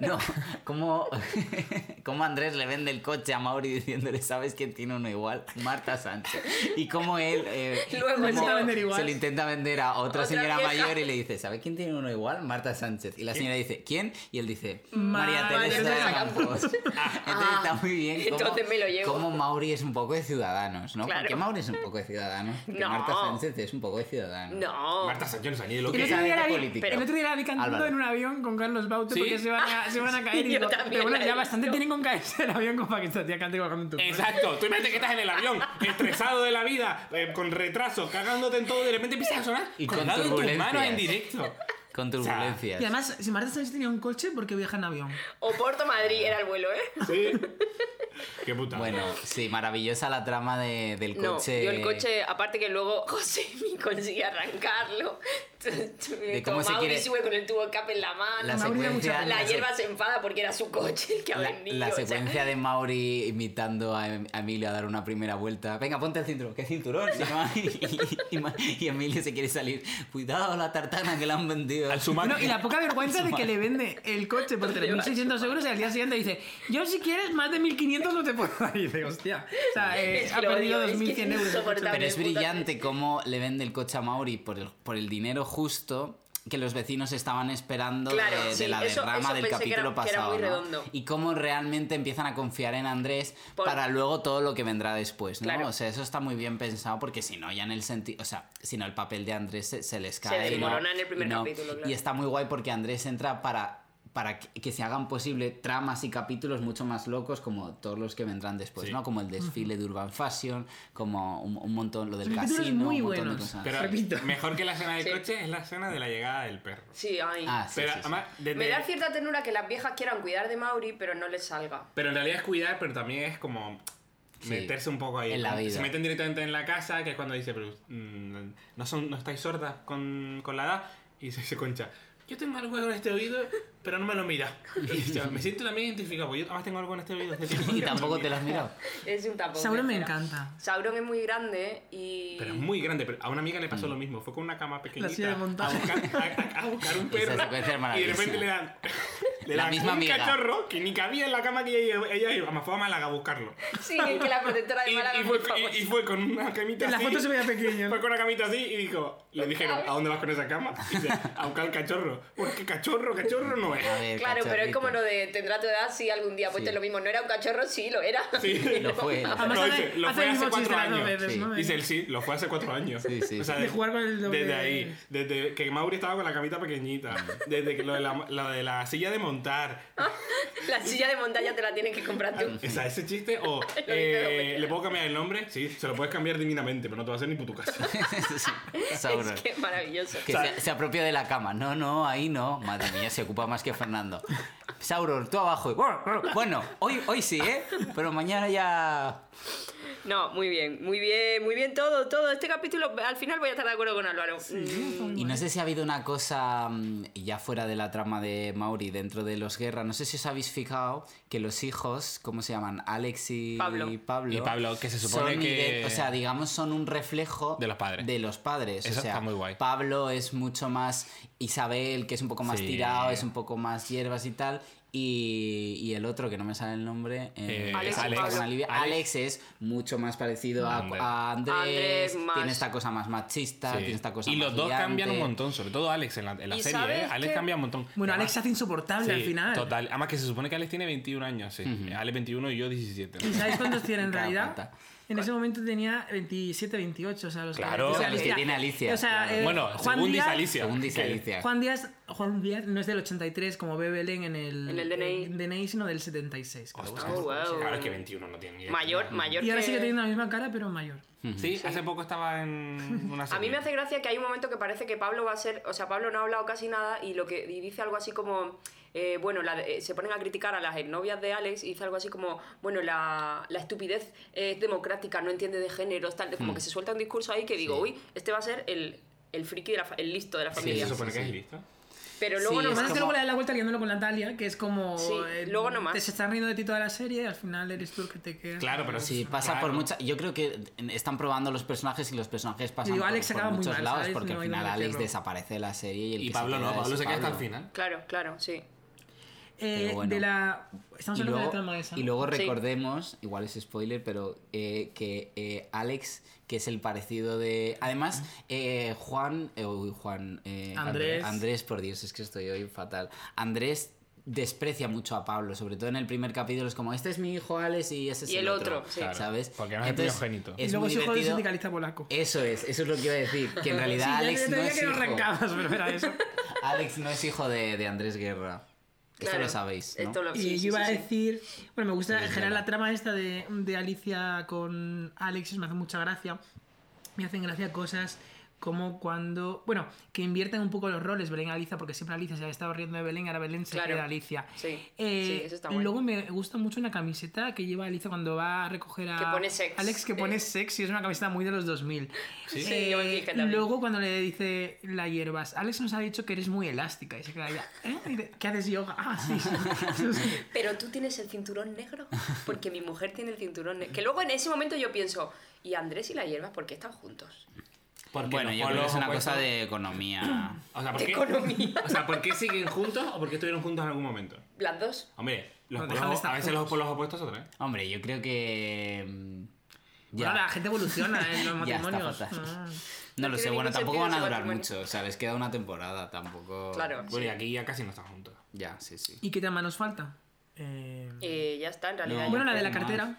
Speaker 1: No, ¿cómo, cómo Andrés le vende el coche a Mauri diciéndole, ¿sabes quién tiene uno igual? Marta Sánchez. Y cómo él. eh,
Speaker 3: Luego
Speaker 1: cómo
Speaker 3: se lo-
Speaker 5: vender igual.
Speaker 1: se lo intenta vender a otra,
Speaker 3: Otra
Speaker 1: señora
Speaker 3: vieja.
Speaker 1: mayor y le dice, ¿sabes quién tiene uno igual? Marta Sánchez. Y la señora dice, ¿quién? Y él dice, María
Speaker 5: María
Speaker 1: Teresa
Speaker 5: Teresa
Speaker 1: Campos. Entonces está muy bien. cómo-
Speaker 3: Entonces me lo llevo.
Speaker 1: cómo Mauri es un poco de ciudadanos, ¿no?
Speaker 3: Claro.
Speaker 1: Porque Mauri es un poco de ciudadanos. Porque
Speaker 3: No.
Speaker 1: Marta Sánchez es un poco de ciudadanos.
Speaker 3: No.
Speaker 4: Marta Sánchez no sabía de lo
Speaker 5: El
Speaker 4: que
Speaker 1: Pero-
Speaker 5: otro, día la vi,
Speaker 1: política.
Speaker 5: el otro día la vi cantando
Speaker 1: Álvaro.
Speaker 5: en un avión con Carlos Baute
Speaker 4: ¿Sí?
Speaker 5: porque se van a, se van a caer. y
Speaker 3: yo
Speaker 5: digo,
Speaker 3: también
Speaker 5: pero bueno,
Speaker 3: la he
Speaker 5: ya bastante
Speaker 3: visto.
Speaker 5: tienen con caerse del avión como para que esta tía cante bajando un tubo.
Speaker 4: Exacto, tú imagínate que estás en el avión, estresado de la vida, eh, con retraso, cagándote en todo, y de repente empiezas a sonar
Speaker 1: Y con
Speaker 4: colgado en tus
Speaker 1: turbulencias.
Speaker 4: manos en directo.
Speaker 1: Con
Speaker 4: sea,
Speaker 5: Y
Speaker 1: turbulencias.
Speaker 5: además, si Marta Sánchez tenía un coche, ¿por qué viaja en avión?
Speaker 3: Oporto Madrid era el vuelo, ¿eh?
Speaker 4: Sí. Qué puta.
Speaker 1: bueno, sí, maravillosa la trama de- del
Speaker 3: No,
Speaker 1: coche.
Speaker 3: yo el coche, aparte que luego José consigue arrancarlo. De
Speaker 1: cómo se quiere-
Speaker 3: sube con el tubo de escape en la mano.
Speaker 1: La
Speaker 5: Me aburre
Speaker 1: secuencia,
Speaker 5: mucho.
Speaker 1: la
Speaker 3: La
Speaker 1: se-
Speaker 3: hierba se enfada porque era su coche el que ha
Speaker 1: la-
Speaker 3: vendido.
Speaker 1: la
Speaker 3: o sea,
Speaker 1: secuencia de Mauri imitando a, Em- a Emilio a dar una primera vuelta. Venga, ponte el cinturón, que cinturón. Si no hay- y, y Ma- y Emilio se quiere salir. Cuidado la tartana que le han vendido.
Speaker 4: Al sumar.
Speaker 5: No, y la poca vergüenza de que le vende el coche por 3.600 euros y al día siguiente dice, yo si quieres más de 1.500 no te puedo dar. Y dice, hostia, o sea, eh,
Speaker 3: Es que
Speaker 5: ha
Speaker 3: lo
Speaker 5: perdido
Speaker 3: odio, es que
Speaker 5: 2.100
Speaker 3: es
Speaker 5: euros. el coche.
Speaker 3: insoportable.
Speaker 1: Pero es
Speaker 3: puta
Speaker 1: brillante cómo le vende el coche a Mauri por el, por el dinero justo que los vecinos estaban esperando
Speaker 3: Claro,
Speaker 1: de, de
Speaker 3: sí,
Speaker 1: la
Speaker 3: eso-
Speaker 1: derrama
Speaker 3: eso
Speaker 1: del
Speaker 3: pensé que era-
Speaker 1: capítulo
Speaker 3: que era
Speaker 1: pasado.
Speaker 3: muy
Speaker 1: ¿no?
Speaker 3: redondo.
Speaker 1: Y cómo realmente empiezan a confiar en Andrés
Speaker 3: Por-
Speaker 1: para luego todo lo que vendrá después, ¿no?
Speaker 3: Claro.
Speaker 1: O sea, eso está muy bien pensado porque si no, ya en el sentido. O sea, si no, el papel de Andrés se, se les cae. y no-
Speaker 3: desmorona en el primer
Speaker 1: y no-
Speaker 3: capítulo, claro.
Speaker 1: Y está muy guay porque Andrés entra para. para para que, que se hagan posible tramas y capítulos mucho más locos como todos los que vendrán después,
Speaker 4: Sí.
Speaker 1: ¿no? Como el desfile de Urban Fashion, como un, un montón lo del
Speaker 5: Los capítulos
Speaker 1: casino,
Speaker 5: muy
Speaker 1: un montón
Speaker 5: buenos.
Speaker 1: de cosas.
Speaker 4: Pero
Speaker 5: Repito.
Speaker 4: mejor que la escena del
Speaker 3: Sí.
Speaker 4: coche es la escena de la llegada del perro.
Speaker 3: Sí, ay.
Speaker 1: Ah, sí,
Speaker 4: pero
Speaker 1: sí, sí.
Speaker 4: además, desde-
Speaker 3: Me da cierta ternura que las viejas quieran cuidar de Mauri, pero no les salga.
Speaker 4: Pero en realidad es cuidar, pero también es como
Speaker 1: Sí.
Speaker 4: meterse un poco ahí.
Speaker 1: En la vida.
Speaker 4: Se meten directamente en la casa, que es cuando dice, pero mm, no, son, no estáis sordas con, con la edad. Y dice, dice Concha, yo tengo algo en este oído, pero no me lo mira. Y dice, me siento también identificado, porque yo además tengo algo en este oído. hace tiempo que
Speaker 1: Y
Speaker 4: no
Speaker 1: tampoco
Speaker 4: me
Speaker 1: te lo
Speaker 4: mira".
Speaker 1: has mirado.
Speaker 3: Es un tapón.
Speaker 5: Sauron me
Speaker 3: espera.
Speaker 5: encanta.
Speaker 3: Sauron es muy grande y.
Speaker 4: Pero es muy grande, pero a una amiga le
Speaker 1: Mm.
Speaker 4: pasó lo mismo. Fue con una cama pequeñita
Speaker 5: silla de montaje.
Speaker 4: A, buscar, a- a- a buscar un
Speaker 1: Esa
Speaker 4: perro.
Speaker 1: secuencia es
Speaker 4: y de repente
Speaker 1: maravillosa.
Speaker 4: le dan, le
Speaker 1: La
Speaker 4: dan
Speaker 1: misma
Speaker 4: un
Speaker 1: amiga.
Speaker 4: cachorro que ni cabía en la cama que ella, ella iba. Además, fue a Málaga a buscarlo.
Speaker 3: Sí, es que la protectora de
Speaker 4: Y,
Speaker 3: Málaga
Speaker 4: y
Speaker 3: es
Speaker 4: fue,
Speaker 3: muy famosa.
Speaker 4: y- y fue con una camita
Speaker 5: En la
Speaker 4: así.
Speaker 5: foto se veía pequeño.
Speaker 4: Fue con una camita así y dijo, le dijeron, ¿a dónde vas con esa cama? Y dice, a buscar el cachorro. Pues que cachorro, cachorro no es.
Speaker 1: A ver,
Speaker 3: Claro, pero es como
Speaker 1: cachorrito.
Speaker 3: lo de tendrá tu edad, sí, algún día, pues
Speaker 1: Sí.
Speaker 3: te lo mismo. No era un cachorro, sí, lo era.
Speaker 4: Sí.
Speaker 1: Lo fue, lo fue.
Speaker 5: Además,
Speaker 4: No,
Speaker 5: hace-
Speaker 4: dice, lo
Speaker 5: hace
Speaker 4: fue
Speaker 5: el mismo
Speaker 4: hace cuatro
Speaker 5: chiste las dos
Speaker 4: años.
Speaker 5: veces,
Speaker 1: Sí.
Speaker 5: ¿no?
Speaker 4: Dice él, sí, lo fue hace cuatro años.
Speaker 1: Sí, sí,
Speaker 4: O sea,
Speaker 1: sí.
Speaker 5: De jugar con el doble.
Speaker 4: Desde ahí, desde que Mauri estaba con la camita pequeñita, desde que lo de la, lo de la silla de montar.
Speaker 3: La silla de montaña te la tienes que comprar tú.
Speaker 4: O sea, ese chiste, o eh, ¿le puedo cambiar el nombre? Sí, se lo puedes cambiar divinamente, pero no te va a hacer ni puto caso.
Speaker 1: Sí, Sauron.
Speaker 3: Es que maravilloso.
Speaker 1: Que se, se apropia de la cama. No, no, ahí no. Madre mía, se ocupa más que Fernando. Sauron, tú abajo. Bueno, hoy, hoy sí, ¿eh? Pero mañana ya...
Speaker 3: No, muy bien, muy bien, muy bien todo, todo. Este capítulo, al final voy a estar de acuerdo con Álvaro. Mm,
Speaker 1: Y no sé si ha habido una cosa, mm, ya fuera de la trama de Mauri, dentro de los guerras, no sé si os habéis fijado que los hijos, ¿cómo se llaman? Alex y
Speaker 3: Pablo.
Speaker 1: Pablo.
Speaker 6: Y Pablo, que se supone
Speaker 1: son
Speaker 6: que-
Speaker 1: ident- o sea, digamos, son un reflejo...
Speaker 6: De los padres.
Speaker 1: De los padres.
Speaker 6: Eso
Speaker 1: o sea,
Speaker 6: está muy guay.
Speaker 1: Pablo es mucho más Isabel, que es un poco más
Speaker 6: Sí.
Speaker 1: tirado, es un poco más hierbas y tal. Y, y el otro, que no me sale el nombre, eh,
Speaker 6: Eh,
Speaker 3: Alex y
Speaker 1: Alex,
Speaker 3: Pablo.
Speaker 1: con Olivia. Alex es mucho más parecido a,
Speaker 6: Andrés.
Speaker 1: a Andrés,
Speaker 3: Andrés más-
Speaker 1: tiene esta cosa más machista,
Speaker 6: Sí.
Speaker 1: tiene esta cosa
Speaker 6: y los
Speaker 1: más
Speaker 6: dos
Speaker 1: gigante.
Speaker 6: cambian un montón, sobre todo Alex en la, en la
Speaker 3: ¿Y
Speaker 6: serie.
Speaker 3: sabes
Speaker 6: ¿eh? Alex
Speaker 3: qué?
Speaker 6: cambia un montón.
Speaker 5: Bueno, Alex
Speaker 6: Además-
Speaker 5: se hace insoportable
Speaker 6: Sí,
Speaker 5: al final.
Speaker 6: Total. Además que se supone que Alex tiene 21 años, sí. Alex 21 y yo 17.
Speaker 5: ¿Y sabéis cuántos tiene en
Speaker 1: Cada
Speaker 5: realidad?
Speaker 1: pata.
Speaker 5: En ese momento tenía 27, 28, o sea, los que-
Speaker 6: Claro. O sea,
Speaker 1: los que
Speaker 5: Alicia.
Speaker 1: tiene Alicia,
Speaker 5: O sea,
Speaker 1: claro.
Speaker 5: eh,
Speaker 6: bueno,
Speaker 5: Juan
Speaker 6: según
Speaker 5: Díaz,
Speaker 6: dice Alicia.
Speaker 1: Según dice
Speaker 6: que-
Speaker 1: Alicia.
Speaker 5: Juan Díaz, Juan Díaz no es del 83 como ve Belén en el,
Speaker 3: En el DNI.
Speaker 5: sino del 76. creo.
Speaker 6: Ostras,
Speaker 3: Oh, wow.
Speaker 6: Claro, es que 21 no tiene ni idea.
Speaker 3: Mayor, mayor.
Speaker 5: Y ahora
Speaker 3: que-
Speaker 5: sigue teniendo la misma cara, pero mayor.
Speaker 6: Sí, hace poco estaba en una
Speaker 3: A
Speaker 6: serie.
Speaker 3: mí me hace gracia que hay un momento que parece que Pablo va a ser, o sea, Pablo no ha hablado casi nada y lo que y dice algo así como, eh, bueno, la- eh, se ponen a criticar a las exnovias de Alex y dice algo así como, bueno, la, la estupidez es democrática, no entiende de géneros, tal, como
Speaker 1: Hmm.
Speaker 3: que se suelta un discurso ahí que digo, uy, este va a ser el, el friki, de la fa- el listo de la
Speaker 4: Y
Speaker 3: familia.
Speaker 4: se supone
Speaker 1: Sí,
Speaker 4: que
Speaker 1: sí.
Speaker 4: es listo.
Speaker 3: Pero
Speaker 1: Sí,
Speaker 3: luego
Speaker 5: Lo
Speaker 3: no
Speaker 5: que
Speaker 1: es
Speaker 5: pasa
Speaker 3: más
Speaker 5: es que luego le da la vuelta liándolo con Natalia, que es como.
Speaker 3: Sí, luego no
Speaker 5: nomás.
Speaker 3: más.
Speaker 5: Te se están riendo de ti toda la serie, al final eres tú el que te quedas.
Speaker 4: Claro, pero
Speaker 1: Sí, pasa
Speaker 4: claro.
Speaker 1: por muchas. Yo creo que están probando los personajes y los personajes pasan
Speaker 5: Digo,
Speaker 1: por,
Speaker 5: Alex
Speaker 1: por
Speaker 5: acaba muy
Speaker 1: muchos
Speaker 5: mal,
Speaker 1: lados
Speaker 5: ¿sabes?
Speaker 1: porque
Speaker 5: No,
Speaker 1: al
Speaker 5: yo
Speaker 1: final
Speaker 5: me
Speaker 1: Alex
Speaker 5: pierdo.
Speaker 1: desaparece de la serie y el
Speaker 4: Y
Speaker 1: que
Speaker 4: Pablo
Speaker 1: se queda
Speaker 4: no,
Speaker 1: es
Speaker 4: Pablo se queda hasta el
Speaker 1: Pablo.
Speaker 4: final.
Speaker 3: Claro, claro, sí.
Speaker 5: Eh,
Speaker 1: Pero bueno.
Speaker 5: De la. Estamos
Speaker 1: Y luego,
Speaker 5: hablando de la trama esa.
Speaker 1: y luego
Speaker 3: Sí.
Speaker 1: recordemos, igual es spoiler, pero eh, que eh, Alex, que es el parecido de. Además, eh, Juan. eh, uy, Juan. eh,
Speaker 5: Ah. Andrés.
Speaker 1: Andrés, por Dios, es que estoy hoy fatal. Andrés desprecia mucho a Pablo, sobre todo en el primer capítulo. Es como, este es mi hijo Alex y ese es
Speaker 3: Y el otro, sí.
Speaker 6: Claro,
Speaker 1: ¿Sabes?
Speaker 6: porque no es
Speaker 1: Entonces,
Speaker 6: primogénito.
Speaker 5: Y
Speaker 1: Es
Speaker 5: luego
Speaker 1: muy
Speaker 5: es hijo del
Speaker 1: divertido.
Speaker 5: sindicalista polaco.
Speaker 1: Eso es, eso es lo que iba a decir. Que en realidad
Speaker 5: Sí, ya-
Speaker 1: Alex,
Speaker 5: ya te
Speaker 1: no
Speaker 5: veía
Speaker 1: es
Speaker 5: que lo
Speaker 1: hijo,
Speaker 5: arrancabas, pero era eso.
Speaker 1: Alex no es hijo de, de Andrés Guerra. Esto
Speaker 3: Claro,
Speaker 1: lo sabéis. ¿no?
Speaker 3: esto lo-
Speaker 5: Y
Speaker 3: sí,
Speaker 5: yo
Speaker 3: sí,
Speaker 5: iba
Speaker 3: sí,
Speaker 5: a
Speaker 3: sí.
Speaker 5: decir, bueno, me gusta en general
Speaker 1: desvela.
Speaker 5: la trama esta de, de Alicia con Alex, me hace mucha gracia. Me hacen gracia cosas como cuando, bueno, que invierten un poco los roles Belén y Alicia, porque siempre Alicia se ha estado riendo de Belén, ahora Belén se
Speaker 3: Claro.
Speaker 5: queda Alicia.
Speaker 3: Sí,
Speaker 5: Eh,
Speaker 3: sí, eso está bueno.
Speaker 5: Luego me gusta mucho una camiseta que lleva Alicia cuando va a recoger a
Speaker 3: Que pone sex. Eh,
Speaker 5: Alex, que pone sexy, es una camiseta muy de los 2000.
Speaker 3: Sí, yo me fijé también.
Speaker 5: luego cuando le dice la hierbas, Alex nos ha dicho que eres muy elástica y se queda ya, "¿Eh? Y dice, ¿qué haces yoga? Ah, sí.
Speaker 3: Pero tú tienes el cinturón negro, porque mi mujer tiene el cinturón negro. Que luego en ese momento yo pienso, ¿y Andrés y la hierba por qué están juntos?
Speaker 4: Porque
Speaker 1: Bueno,
Speaker 4: los
Speaker 1: yo creo que
Speaker 4: polos
Speaker 1: es una
Speaker 4: opuestos-
Speaker 1: cosa de economía.
Speaker 4: O sea, ¿por
Speaker 3: De
Speaker 4: qué,
Speaker 3: economía.
Speaker 4: o sea, ¿por qué siguen juntos o por qué estuvieron juntos en algún momento?
Speaker 3: Las dos.
Speaker 4: Hombre, los
Speaker 5: No,
Speaker 4: polos-
Speaker 5: dejan de estar
Speaker 4: a veces los
Speaker 5: juntos.
Speaker 4: polos opuestos otra vez.
Speaker 1: Hombre, yo creo que. mm, Ya.
Speaker 5: Bueno, la gente evoluciona en los
Speaker 1: Ya está
Speaker 5: matrimonios.
Speaker 1: fatal.
Speaker 5: Ah.
Speaker 1: no lo
Speaker 3: no
Speaker 1: sé,
Speaker 3: tiene
Speaker 1: bueno,
Speaker 3: ningún
Speaker 1: tampoco
Speaker 3: sentido
Speaker 1: van a
Speaker 3: ese
Speaker 1: durar
Speaker 3: matrimonio.
Speaker 1: mucho. O sea, les queda una temporada, tampoco.
Speaker 3: Claro.
Speaker 4: Bueno, y aquí ya casi no están juntos.
Speaker 1: Ya, sí, sí.
Speaker 5: ¿Y qué tema nos falta? Eh,
Speaker 3: Eh, ya está, en realidad.
Speaker 1: No.
Speaker 5: bueno,
Speaker 3: ya
Speaker 5: la de
Speaker 3: fue.
Speaker 5: la cartera.
Speaker 3: Ah,